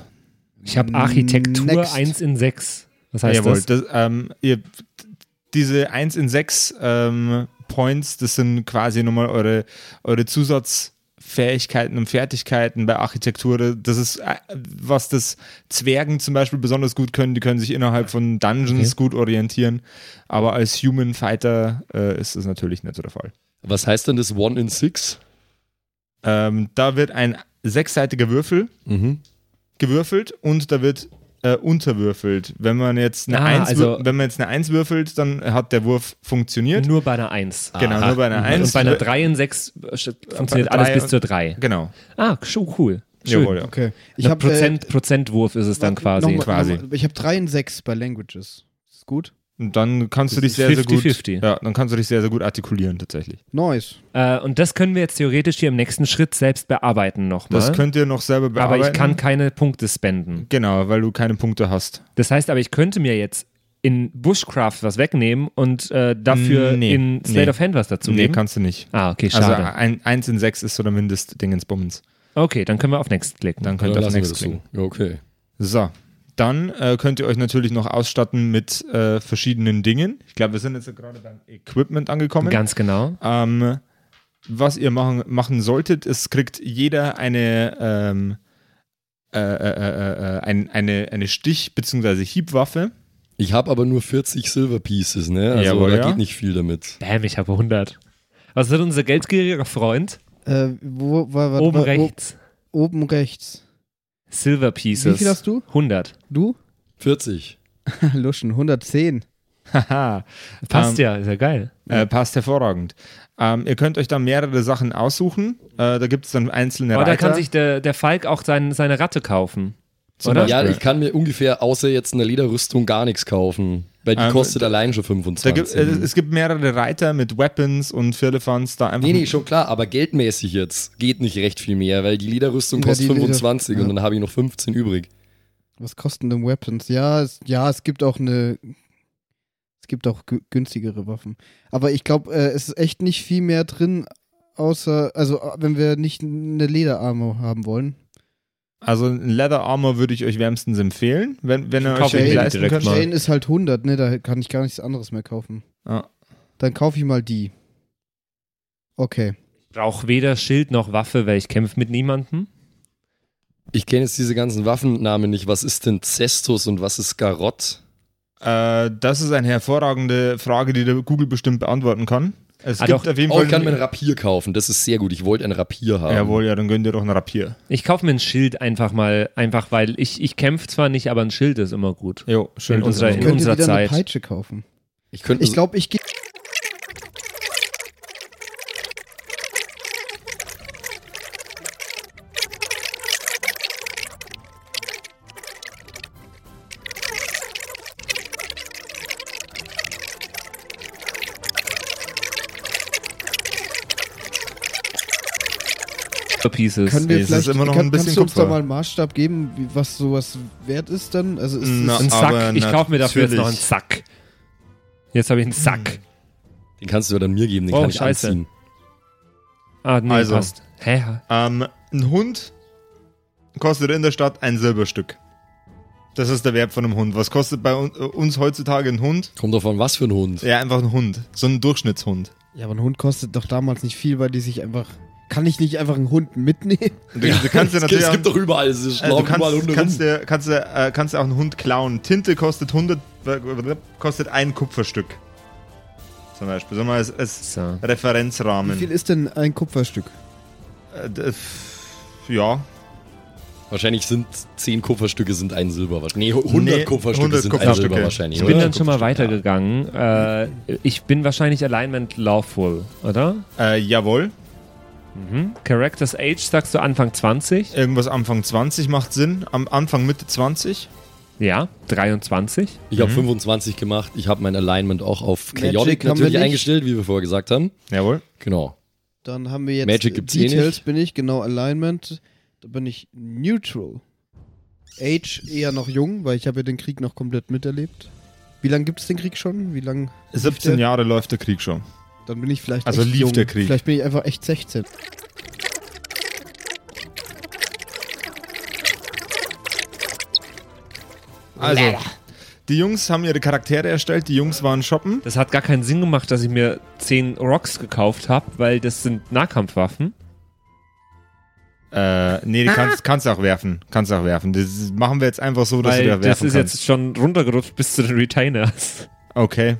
Speaker 3: Ich habe Architektur
Speaker 2: Next.
Speaker 3: 1 in 6. Was heißt
Speaker 4: Jawohl,
Speaker 3: das?
Speaker 4: das, ähm, ihr, diese 1 in 6 ähm, Points, das sind quasi nochmal eure, eure Zusatzfähigkeiten und Fertigkeiten bei Architektur. Das ist, äh, was das Zwergen zum Beispiel besonders gut können. Die können sich innerhalb von Dungeons gut orientieren. Aber als Human Fighter äh, ist das natürlich nicht so der Fall.
Speaker 1: Was heißt denn das One in Six?
Speaker 4: Ähm, da wird ein sechsseitiger Würfel
Speaker 1: Mhm.
Speaker 4: gewürfelt und da wird äh, unterwürfelt. Wenn man jetzt eine
Speaker 3: Ah,
Speaker 4: 1
Speaker 3: also-
Speaker 4: wür- wenn man jetzt eine 1 würfelt, dann hat der Wurf funktioniert.
Speaker 3: Nur bei einer 1.
Speaker 4: Genau, nur bei einer
Speaker 3: Und
Speaker 4: Eins.
Speaker 3: bei einer 3 in 6 funktioniert
Speaker 4: drei
Speaker 3: alles bis
Speaker 4: und-
Speaker 3: zur 3.
Speaker 4: Genau.
Speaker 3: Ah, schon cool. Schön.
Speaker 4: Jawohl, ja.
Speaker 2: Okay.
Speaker 3: Ich
Speaker 2: hab, äh,
Speaker 3: Prozent, Prozentwurf ist es dann
Speaker 2: warte,
Speaker 3: quasi.
Speaker 2: noch mal-
Speaker 4: Quasi.
Speaker 2: noch mal- ich habe 3 und 6 bei Languages. Ist gut?
Speaker 4: Und dann kannst du
Speaker 3: Das
Speaker 4: dich
Speaker 3: ist
Speaker 4: sehr, sehr gut.
Speaker 3: 50-50.
Speaker 4: Ja, dann kannst du dich sehr, sehr gut artikulieren tatsächlich.
Speaker 2: Nice.
Speaker 3: Äh, und das können wir jetzt theoretisch hier im nächsten Schritt selbst bearbeiten nochmal.
Speaker 4: Das könnt ihr noch selber
Speaker 3: aber
Speaker 4: bearbeiten.
Speaker 3: ich kann keine Punkte spenden.
Speaker 4: Genau, weil du keine Punkte hast.
Speaker 3: Das heißt aber, ich könnte mir jetzt in Bushcraft was wegnehmen und äh, dafür
Speaker 4: Nee,
Speaker 3: in Slate
Speaker 4: nee.
Speaker 3: of Hand was dazu
Speaker 4: Nee,
Speaker 3: geben.
Speaker 4: kannst du nicht.
Speaker 3: ah, okay,
Speaker 4: Also
Speaker 3: schade.
Speaker 4: ein, 1 in 6 ist so der Mindestding ins Bummens.
Speaker 3: okay, dann können wir auf Next klicken.
Speaker 4: Dann
Speaker 1: Ja,
Speaker 4: könnt
Speaker 1: dann
Speaker 4: ihr
Speaker 1: lassen
Speaker 4: auf
Speaker 1: wir
Speaker 4: Next
Speaker 1: das
Speaker 4: klicken.
Speaker 1: so. Ja, okay.
Speaker 4: So, dann äh, könnt ihr euch natürlich noch ausstatten mit äh, verschiedenen Dingen. Ich glaube, wir sind jetzt gerade beim Equipment angekommen.
Speaker 3: Ganz genau.
Speaker 4: Ähm, was ihr machen, machen solltet, es kriegt jeder eine, ähm, äh, äh, äh, äh, ein, eine, eine Stich- bzw. Hiebwaffe.
Speaker 1: Ich habe aber nur 40 Silver Pieces, ne? Also
Speaker 4: Jawohl,
Speaker 1: da
Speaker 4: ja.
Speaker 1: geht nicht viel damit.
Speaker 3: Bam, ich habe 100. Was hat unser geldgieriger Freund?
Speaker 2: Äh, wo, wa- warte
Speaker 3: Oben
Speaker 2: mal, o-
Speaker 3: rechts.
Speaker 2: Oben rechts.
Speaker 3: Silver Pieces.
Speaker 2: Wie viel hast du?
Speaker 3: 100.
Speaker 2: Du?
Speaker 1: 40.
Speaker 2: Luschen, 110.
Speaker 4: Haha,
Speaker 3: Passt
Speaker 4: Ähm,
Speaker 3: ja, ist ja geil.
Speaker 4: äh, passt hervorragend. Ähm, ihr könnt euch dann mehrere Sachen aussuchen. Äh, da gibt es dann einzelne
Speaker 3: Aber
Speaker 4: Reiter.
Speaker 3: Oh, da kann sich der, der Falk auch sein, seine Ratte kaufen.
Speaker 4: Zum
Speaker 3: oder?
Speaker 1: Ja,
Speaker 4: Beispiel.
Speaker 1: ich kann mir ungefähr außer jetzt eine Lederrüstung gar nichts kaufen, weil die
Speaker 4: Ähm,
Speaker 1: kostet allein schon
Speaker 4: da gibt,
Speaker 1: 25.
Speaker 4: äh, es gibt mehrere Reiter mit Weapons und Firlefanz. Da einfach
Speaker 1: nee, nee, schon klar, aber geldmäßig jetzt geht nicht recht viel mehr, weil die Lederrüstung
Speaker 2: Ja,
Speaker 1: kostet
Speaker 2: die Leder-
Speaker 1: 25
Speaker 2: ja.
Speaker 1: und dann habe ich noch 15 übrig.
Speaker 2: Was kosten denn Weapons? Ja, es, ja, es gibt auch eine. Es gibt auch gü- günstigere Waffen. Aber ich glaube, äh, es ist echt nicht viel mehr drin, außer, also äh, wenn wir nicht eine Lederarmor haben wollen.
Speaker 4: Also ein Leather Armor würde ich euch wärmstens empfehlen, wenn, wenn ihr euch
Speaker 3: Kaufe
Speaker 2: ich
Speaker 4: den
Speaker 2: mir
Speaker 4: leisten
Speaker 3: direkt
Speaker 4: könnt.
Speaker 3: mal.
Speaker 2: Jane ist halt 100, ne? Da kann ich gar nichts anderes mehr kaufen.
Speaker 4: Ja.
Speaker 2: Dann kaufe ich mal die. Okay.
Speaker 3: Braucht weder Schild noch Waffe, weil ich kämpfe mit niemandem.
Speaker 1: Ich kenne jetzt diese ganzen Waffennamen nicht. Was ist denn Zestus und was ist Oh, Garott?
Speaker 4: Äh, das ist eine hervorragende Frage, die der Google bestimmt beantworten kann. Es
Speaker 3: Ah,
Speaker 4: gibt
Speaker 3: doch.
Speaker 4: auf jeden
Speaker 1: Oh,
Speaker 4: Fall.
Speaker 1: ich kann mir ein Rapier kaufen. Das ist sehr gut. Ich wollte ein Rapier haben.
Speaker 4: Jawohl, ja, dann gönn dir doch ein Rapier.
Speaker 3: Ich kaufe mir ein Schild einfach mal, einfach weil ich, ich kämpfe zwar nicht, aber ein Schild ist immer gut.
Speaker 4: Jo, schön.
Speaker 3: In
Speaker 4: dass
Speaker 3: unserer-
Speaker 4: du-
Speaker 2: Ich
Speaker 3: In
Speaker 2: könnte
Speaker 3: unserer
Speaker 2: wieder eine
Speaker 3: Zeit.
Speaker 2: Peitsche kaufen.
Speaker 1: Ich könnte
Speaker 2: Ich glaube, ich gehe.
Speaker 3: Silver Pieces.
Speaker 2: Können wir
Speaker 4: Nee, es ist
Speaker 2: vielleicht
Speaker 4: immer noch
Speaker 2: kann,
Speaker 4: ein bisschen
Speaker 2: kannst du uns da
Speaker 4: Kupfer.
Speaker 2: mal einen Maßstab geben, wie, was sowas wert ist dann? Also ist
Speaker 4: Na,
Speaker 3: Ein
Speaker 2: es,
Speaker 4: Aber
Speaker 3: Sack. Ich kaufe mir dafür jetzt noch einen
Speaker 4: natürlich.
Speaker 3: Sack. Jetzt habe ich einen
Speaker 2: Hm.
Speaker 3: Sack.
Speaker 1: den kannst du ja dann mir geben. Den
Speaker 3: Oh,
Speaker 1: kann ich
Speaker 3: scheiße.
Speaker 1: anziehen.
Speaker 3: Ah, nee,
Speaker 4: Also.
Speaker 3: passt. Hä?
Speaker 4: Ähm, ein Hund kostet in der Stadt ein Silberstück. Das ist der Wert von einem Hund. Was kostet bei un- uns heutzutage ein Hund?
Speaker 1: Kommt davon, was für ein Hund.
Speaker 4: Ja, einfach ein Hund. So ein Durchschnittshund.
Speaker 2: ja, aber ein Hund kostet doch damals nicht viel, weil die sich einfach Kann ich nicht einfach einen Hund mitnehmen?
Speaker 4: Du, du kannst dir
Speaker 1: es,
Speaker 4: natürlich
Speaker 1: es
Speaker 4: auch,
Speaker 1: gibt doch überall, es ist
Speaker 4: äh, du
Speaker 1: laufen überall
Speaker 4: kannst,
Speaker 1: Hunde
Speaker 4: kannst,
Speaker 1: rum.
Speaker 4: dir, kannst, dir, äh, kannst dir auch einen Hund klauen. Tinte kostet 100, äh, kostet ein Kupferstück. Zum Beispiel. Sagen wir mal, als, als
Speaker 3: So.
Speaker 2: Wie viel
Speaker 4: Referenzrahmen.
Speaker 2: ist denn ein Kupferstück?
Speaker 4: Äh, d- f- ja,
Speaker 1: Wahrscheinlich sind 10 Kupferstücke sind ein Silber. wahrscheinlich. Nee, 100
Speaker 4: Nee,
Speaker 1: Kupferstücke
Speaker 4: 100
Speaker 1: sind ein
Speaker 4: Kupferstücke.
Speaker 1: Silber wahrscheinlich.
Speaker 3: Ich bin dann schon mal weitergegangen. Äh, ich bin wahrscheinlich Alignment Lawful, oder?
Speaker 4: äh, jawohl.
Speaker 3: Characters Age sagst du Anfang 20?
Speaker 4: Irgendwas Anfang 20 macht Sinn. Am Anfang Mitte 20.
Speaker 3: Ja, 23.
Speaker 1: Ich habe 25 gemacht. Ich habe mein Alignment auch auf Chaotic
Speaker 2: Magic haben wir
Speaker 1: natürlich
Speaker 2: nicht.
Speaker 1: eingestellt, wie wir vorher gesagt haben.
Speaker 4: Jawohl.
Speaker 1: Genau.
Speaker 2: Dann haben wir jetzt
Speaker 1: Magic gibt's eh
Speaker 2: Details
Speaker 1: nicht.
Speaker 2: bin ich, genau Alignment. Da bin ich neutral. Age eher noch jung, weil ich habe ja den Krieg noch komplett miterlebt. Wie lange gibt es den Krieg schon? Wie lange?
Speaker 4: 17 Jahre läuft der Krieg schon.
Speaker 2: Dann bin ich vielleicht
Speaker 4: Also
Speaker 2: echt
Speaker 4: lief
Speaker 2: jung.
Speaker 4: der Krieg.
Speaker 2: Vielleicht bin ich einfach echt 16.
Speaker 4: Also, die Jungs haben ihre Charaktere erstellt, die Jungs waren shoppen.
Speaker 3: Das hat gar keinen Sinn gemacht, dass ich mir 10 Rocks gekauft habe, weil das sind Nahkampfwaffen.
Speaker 4: Äh, nee, die kannst, kannst auch werfen. Kannst auch werfen. Das machen wir jetzt einfach so, dass du
Speaker 3: weil
Speaker 4: da
Speaker 3: das
Speaker 4: werfen
Speaker 3: ist
Speaker 4: kannst.
Speaker 3: jetzt schon runtergerutscht bis zu den Retainers.
Speaker 4: okay.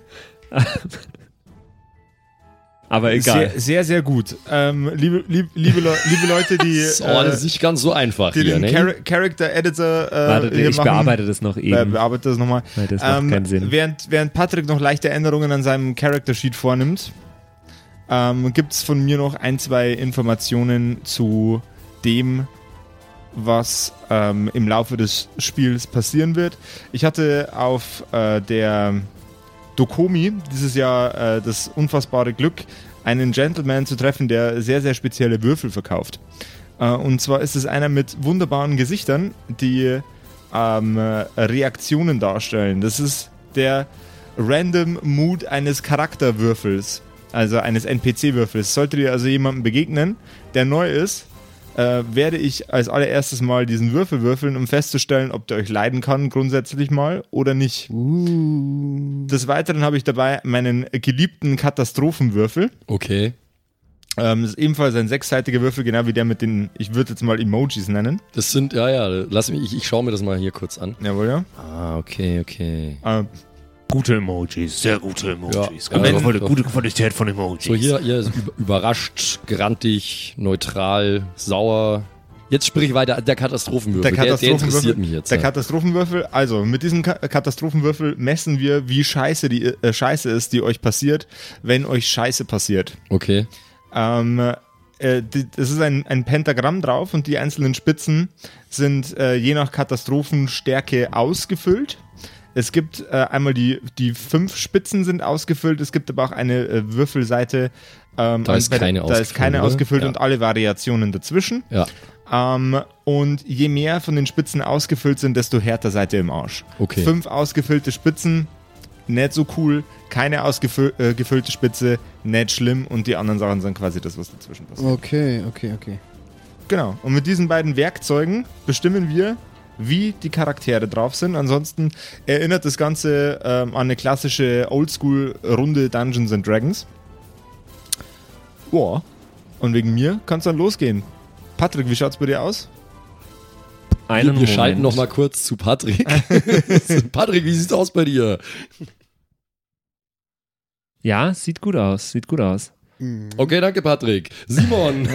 Speaker 3: Aber egal.
Speaker 4: Sehr, äh, sehr, sehr gut. Ähm, liebe, lieb, liebe, Leu- liebe Leute, die,
Speaker 1: Ist
Speaker 3: Oh,
Speaker 1: auch alles
Speaker 4: äh,
Speaker 1: nicht ganz so einfach
Speaker 4: die
Speaker 1: hier,
Speaker 4: den
Speaker 1: ne?
Speaker 4: Char Character Editor äh,
Speaker 3: Warte,
Speaker 4: hier
Speaker 3: ne, ich
Speaker 4: machen, Äh, ähm,
Speaker 3: bearbeite das noch
Speaker 4: Be-
Speaker 3: eben.
Speaker 4: bearbeite das nochmal.
Speaker 3: Weil das macht keinen Sinn.
Speaker 4: Während, während Patrick noch leichte Änderungen an seinem Character Sheet vornimmt, ähm, gibt es von mir noch ein, zwei Informationen zu dem, was ähm, im Laufe des Spiels passieren wird. Ich hatte auf äh, der Dokomi dieses Jahr äh, das unfassbare Glück, einen Gentleman zu treffen, der sehr, sehr spezielle Würfel verkauft. Äh, und zwar ist es einer mit wunderbaren Gesichtern, die ähm, äh, Reaktionen darstellen. Das ist der Random Mood eines Charakterwürfels, also eines NPC-Würfels. Sollte dir also jemandem begegnen, der neu ist, äh, werde ich als allererstes mal diesen Würfel würfeln, um festzustellen, ob der euch leiden kann, grundsätzlich mal, oder nicht. Des Weiteren habe ich dabei meinen geliebten Katastrophenwürfel.
Speaker 1: Okay.
Speaker 4: Ähm, ist ebenfalls ein sechsseitiger Würfel, genau wie der mit den, ich würde jetzt mal Emojis nennen.
Speaker 1: Das sind, ja, ja, lass mich, ich, ich schaue mir das mal hier kurz an.
Speaker 4: Jawohl, ja.
Speaker 1: Ah, okay, okay.
Speaker 4: Ähm,
Speaker 5: Gute Emojis, sehr gute Emojis.
Speaker 1: Ja,
Speaker 5: Gute,
Speaker 1: ja,
Speaker 5: volle-
Speaker 1: doch.
Speaker 5: gute Qualität von Emojis.
Speaker 1: So, hier, hier ist üb- überrascht, grantig, neutral, sauer. Jetzt sprich weiter, der Katastrophenwürfel. Also Der, der interessiert mich jetzt. ne?
Speaker 4: Der
Speaker 1: ja.
Speaker 4: Katastrophenwürfel, also mit diesem Ka Katastrophenwürfel messen wir, wie scheiße die äh, Scheiße ist, die euch passiert, wenn euch Scheiße passiert.
Speaker 1: okay.
Speaker 4: Ähm, äh, die, es ist ein, ein Pentagramm drauf und die einzelnen Spitzen sind äh, je nach Katastrophenstärke ausgefüllt. Es gibt äh, einmal die, die fünf Spitzen sind ausgefüllt, es gibt aber auch eine äh, Würfelseite. Ähm,
Speaker 1: Da
Speaker 4: und
Speaker 1: ist
Speaker 4: bei der-
Speaker 1: keine
Speaker 4: da ist
Speaker 1: ausgefüllt,
Speaker 4: keine
Speaker 1: oder?
Speaker 4: ausgefüllt
Speaker 1: Ja.
Speaker 4: und alle Variationen dazwischen.
Speaker 1: Ja,
Speaker 4: Ähm, und je mehr von den Spitzen ausgefüllt sind, desto härter seid ihr im Arsch.
Speaker 1: Okay.
Speaker 4: Fünf ausgefüllte Spitzen, nicht so cool. Keine ausgefüllte äh, gefüllte Spitze, nicht schlimm. Und die anderen Sachen sind quasi das, was dazwischen passiert.
Speaker 2: Okay, okay, okay.
Speaker 4: Genau. Und mit diesen beiden Werkzeugen bestimmen wir, wie die Charaktere drauf sind. Ansonsten erinnert das Ganze ähm, an eine klassische Oldschool-Runde Dungeons and Dragons. Boah. Und wegen mir kann es dann losgehen. Patrick, wie schaut's bei dir aus?
Speaker 3: Einen
Speaker 1: wir, wir
Speaker 3: Moment.
Speaker 1: schalten noch mal kurz zu Patrick. Patrick, wie sieht's aus bei dir?
Speaker 3: Ja, sieht gut aus, sieht gut aus.
Speaker 1: Okay, danke, Patrick. Simon,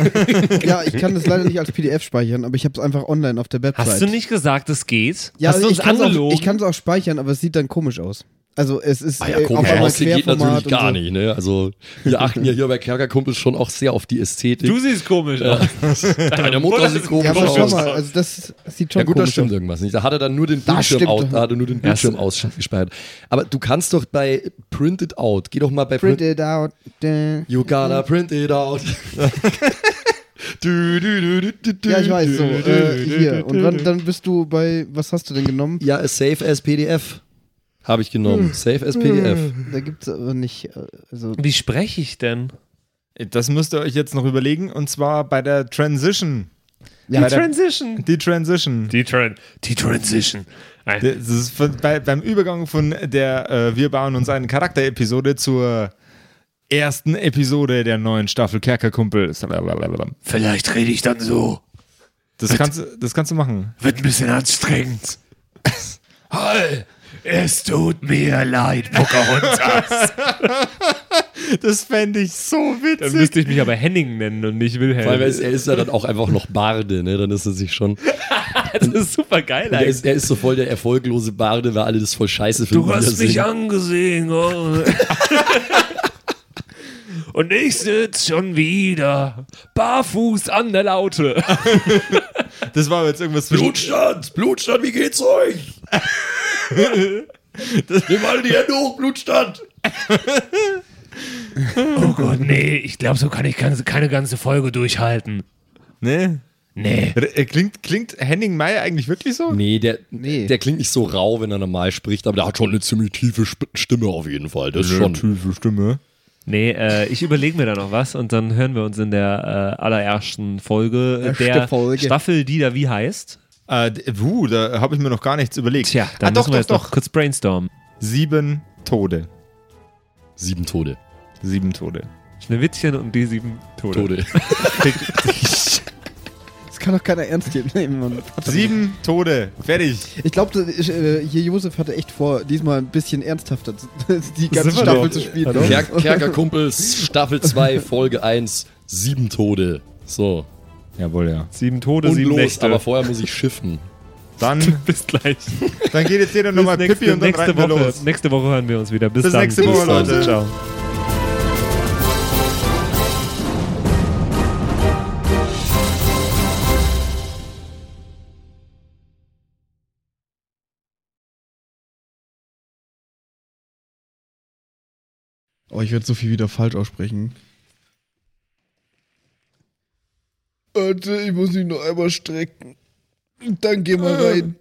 Speaker 2: Ja, ich kann das leider nicht als PDF speichern, aber ich habe es einfach online auf der Website.
Speaker 3: Hast du nicht gesagt, es geht?
Speaker 2: Ja,
Speaker 3: Hast du
Speaker 2: also
Speaker 3: uns
Speaker 2: ich kann's auch,
Speaker 3: angelogen?
Speaker 2: ich kann es auch speichern, aber es sieht dann komisch aus. Also es ist
Speaker 1: Ah ja,
Speaker 2: äh,
Speaker 1: komisch
Speaker 2: auf einmal
Speaker 1: aussehen geht
Speaker 2: Querformat
Speaker 1: natürlich
Speaker 2: und
Speaker 1: gar
Speaker 2: so.
Speaker 1: nicht, ne? Also, wir achten ja hier bei Kerkerkumpels schon auch sehr auf die Ästhetik.
Speaker 3: du siehst komisch aus.
Speaker 1: Deine Mutter
Speaker 3: Mutter
Speaker 1: sieht
Speaker 3: ist-
Speaker 1: komisch
Speaker 2: Ja, aber schau
Speaker 1: aus.
Speaker 2: mal, also das sieht schon
Speaker 1: Ja gut,
Speaker 2: komisch
Speaker 1: das stimmt
Speaker 2: aus.
Speaker 1: irgendwas nicht. Da hat er dann nur den
Speaker 2: Das
Speaker 1: Bildschirm
Speaker 2: stimmt
Speaker 1: out,
Speaker 2: doch.
Speaker 1: da hat er nur den
Speaker 3: Das-
Speaker 1: Bildschirm aus gespeichert. Aber du kannst doch bei Print It Out, geh doch mal bei
Speaker 2: Print Hm? it out. äh, dä.
Speaker 1: You gotta print it out. du, du, du, du, du,
Speaker 2: Ja, ich weiß, so.
Speaker 1: du, du,
Speaker 2: Äh,
Speaker 1: du,
Speaker 2: hier.
Speaker 1: du,
Speaker 2: Und
Speaker 1: du,
Speaker 2: wann,
Speaker 1: du.
Speaker 2: dann bist du bei, was hast du denn genommen?
Speaker 1: Ja, Save as PDF habe ich
Speaker 2: Hm.
Speaker 1: genommen. Save as PDF.
Speaker 2: Da gibt's aber nicht, äh, also
Speaker 3: Wie spreche ich denn?
Speaker 4: Das müsst ihr euch jetzt noch überlegen und zwar bei der Transition.
Speaker 2: Ja,
Speaker 4: bei der,
Speaker 3: Transition.
Speaker 4: die Transition.
Speaker 5: Die, Tran die Transition. Ein,
Speaker 4: das ist äh, von, bei, beim Übergang von der äh, Wir bauen uns einen Charakter-Episode zur ersten Episode der neuen Staffel Kerkerkumpel.
Speaker 5: Vielleicht rede ich dann so.
Speaker 4: Das kannst, du- das kannst du machen.
Speaker 5: Wird ein bisschen anstrengend. Hall, es tut mir leid, Pocahontas.
Speaker 4: Das fände ich so
Speaker 3: Dann
Speaker 4: witzig.
Speaker 3: müsste ich mich aber Henning nennen und nicht Wilhelm.
Speaker 1: Weil er ist, er ist ja dann auch einfach noch Barde, ne? Dann ist er sich schon.
Speaker 3: das ist super geil
Speaker 1: Er
Speaker 3: eigentlich.
Speaker 1: ist, er ist so voll der erfolglose Barde, weil alle das voll scheiße finden.
Speaker 5: Du
Speaker 1: wie er
Speaker 5: hast mich
Speaker 1: singt.
Speaker 5: angesehen. Oh. Und ich sitz schon wieder
Speaker 3: Barfuß an der Laute.
Speaker 4: Das war aber jetzt irgendwas zwischen.
Speaker 1: Blutstand! Blutstand, wie geht's euch? das Nimm mal die Hände hoch, Blutstand!
Speaker 5: Oh Gott, nee, ich glaube, so kann ich ganz- keine ganze Folge durchhalten.
Speaker 4: Nee.
Speaker 5: Nee.
Speaker 4: R- Ne? äh, Klingt, klingt Henning Meyer eigentlich wirklich so?
Speaker 1: Nee, der,
Speaker 2: Nee.
Speaker 1: der klingt nicht so rau, wenn er normal spricht, aber der hat schon eine ziemlich tiefe Sp Stimme auf jeden Fall. Das schon.
Speaker 4: tiefe Stimme.
Speaker 3: Nee, äh, ich überlege mir da noch was und dann hören wir uns in der äh, allerersten Folge äh,
Speaker 2: Erste
Speaker 3: der
Speaker 2: Folge.
Speaker 3: Staffel, die da wie heißt.
Speaker 4: Äh, d- wuh, da habe ich mir noch gar nichts überlegt.
Speaker 3: Tja,
Speaker 4: ah,
Speaker 3: dann
Speaker 4: doch,
Speaker 3: müssen wir
Speaker 4: doch,
Speaker 3: jetzt noch
Speaker 4: doch.
Speaker 3: kurz brainstormen.
Speaker 4: Sieben Tode.
Speaker 1: Sieben Tode.
Speaker 4: Sieben Tode.
Speaker 3: Schneewittchen und die sieben Tode.
Speaker 1: Tode.
Speaker 2: Das kann doch keiner ernst nehmen. Mann.
Speaker 4: Sieben Tode. Fertig.
Speaker 2: Ich glaube, äh, hier Josef hatte echt vor, diesmal ein bisschen ernsthafter zu- die ganze
Speaker 4: Sind wir
Speaker 2: Staffel
Speaker 4: doch.
Speaker 2: zu spielen.
Speaker 4: Hallo?
Speaker 1: Ker Kerkerkumpels, Staffel 2, Folge 1, sieben Tode. So.
Speaker 4: Jawohl, ja.
Speaker 3: Sieben Tode,
Speaker 1: Und
Speaker 3: sieben
Speaker 1: los,
Speaker 3: Nächte.
Speaker 1: aber vorher muss ich schiffen.
Speaker 4: Dann,
Speaker 3: bis gleich.
Speaker 4: dann geht jetzt jeder nochmal
Speaker 3: Bis
Speaker 4: Pippi und dann reiten
Speaker 3: nächste
Speaker 4: wir
Speaker 3: Woche.
Speaker 4: los.
Speaker 3: Nächste Woche hören wir uns wieder. Bis,
Speaker 4: Bis
Speaker 3: dann.
Speaker 4: nächste Woche,
Speaker 3: Bis dann.
Speaker 4: Leute.
Speaker 3: Ciao.
Speaker 2: Oh, ich werde so viel wieder falsch aussprechen. Warte, ich muss mich noch einmal strecken. Dann gehen wir rein.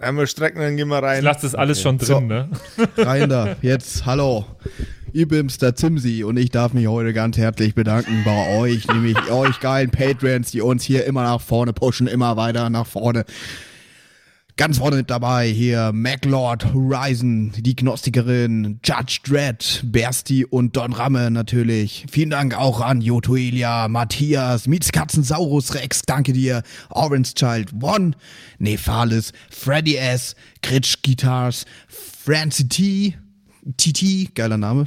Speaker 4: Einmal strecken, dann gehen wir
Speaker 3: Ich
Speaker 4: rein.
Speaker 3: lasse das alles schon drin,
Speaker 2: So.
Speaker 3: ne?
Speaker 2: Rein da, jetzt, hallo. Ich bin's, der Zimsi, und ich darf mich heute ganz herzlich bedanken bei euch, nämlich euch geilen Patrons, die uns hier immer nach vorne pushen, immer weiter nach vorne. Ganz vorne mit dabei hier MacLord, Horizon, die Gnostikerin, Judge Dredd, Bersti und Don Ramme natürlich. Vielen Dank auch an Jotoelia, Matthias, Mietskatzensaurus Rex, danke dir, Orange Child One, Nephalis, Freddy S., Kritsch Guitars, Francie T., TT, geiler Name.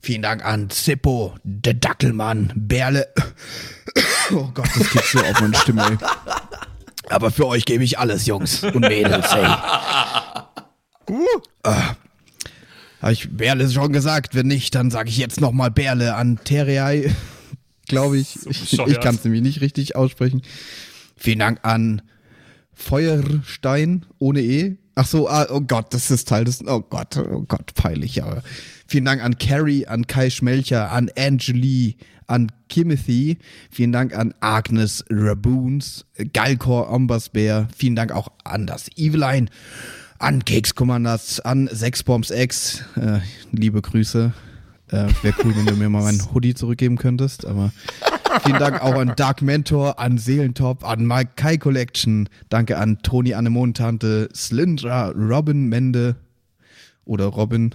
Speaker 2: Vielen Dank an Zippo, der Dackelmann, Berle. Oh Gott, das geht so auf meine Stimme. Ey. Aber für euch gebe ich alles, Jungs und Mädels. Ey. Ah. Habe ich Berle schon gesagt? Wenn nicht, dann sage ich jetzt nochmal Berle an Terrei. Glaube ich. ich ich
Speaker 3: bescheuert.
Speaker 2: kann es nämlich nicht richtig aussprechen. Vielen Dank an Feuerstein ohne E. Ach so, ah, oh Gott, das ist Teil des. Oh Gott, oh Gott, peinlich, aber. Vielen Dank an Carrie, an Kai Schmelcher, an Angelie, an Kimothy. Vielen Dank an Agnes Raboons, Galkor Ombersbär. Vielen Dank auch an das Eveline, an Kekskommandas, an Sexbombs X. Äh, liebe Grüße. Äh, Wäre cool, wenn du mir mal meinen Hoodie zurückgeben könntest, aber. Vielen Dank auch an Dark Mentor, an Seelentop, an Mike Kai Collection. Danke an Toni Annemontante, Slyndra, Robin Mende oder Robin,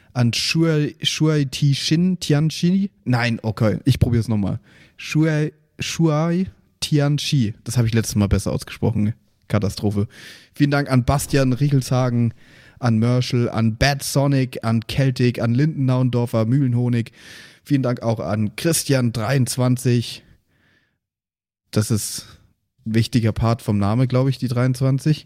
Speaker 2: an Shuai, Shuai Ti Shin Tianxi. Nein, okay, ich probiere es nochmal. Shuai, Shuai Tianxi. Das habe ich letztes Mal besser ausgesprochen. Katastrophe. Vielen Dank an Bastian Riechelshagen, an Merschel, an Bad Sonic, an Celtic, an Lindennaundorfer, Mühlenhonig. Vielen Dank auch an Christian23, das ist ein wichtiger Part vom Name, glaube ich, die 23.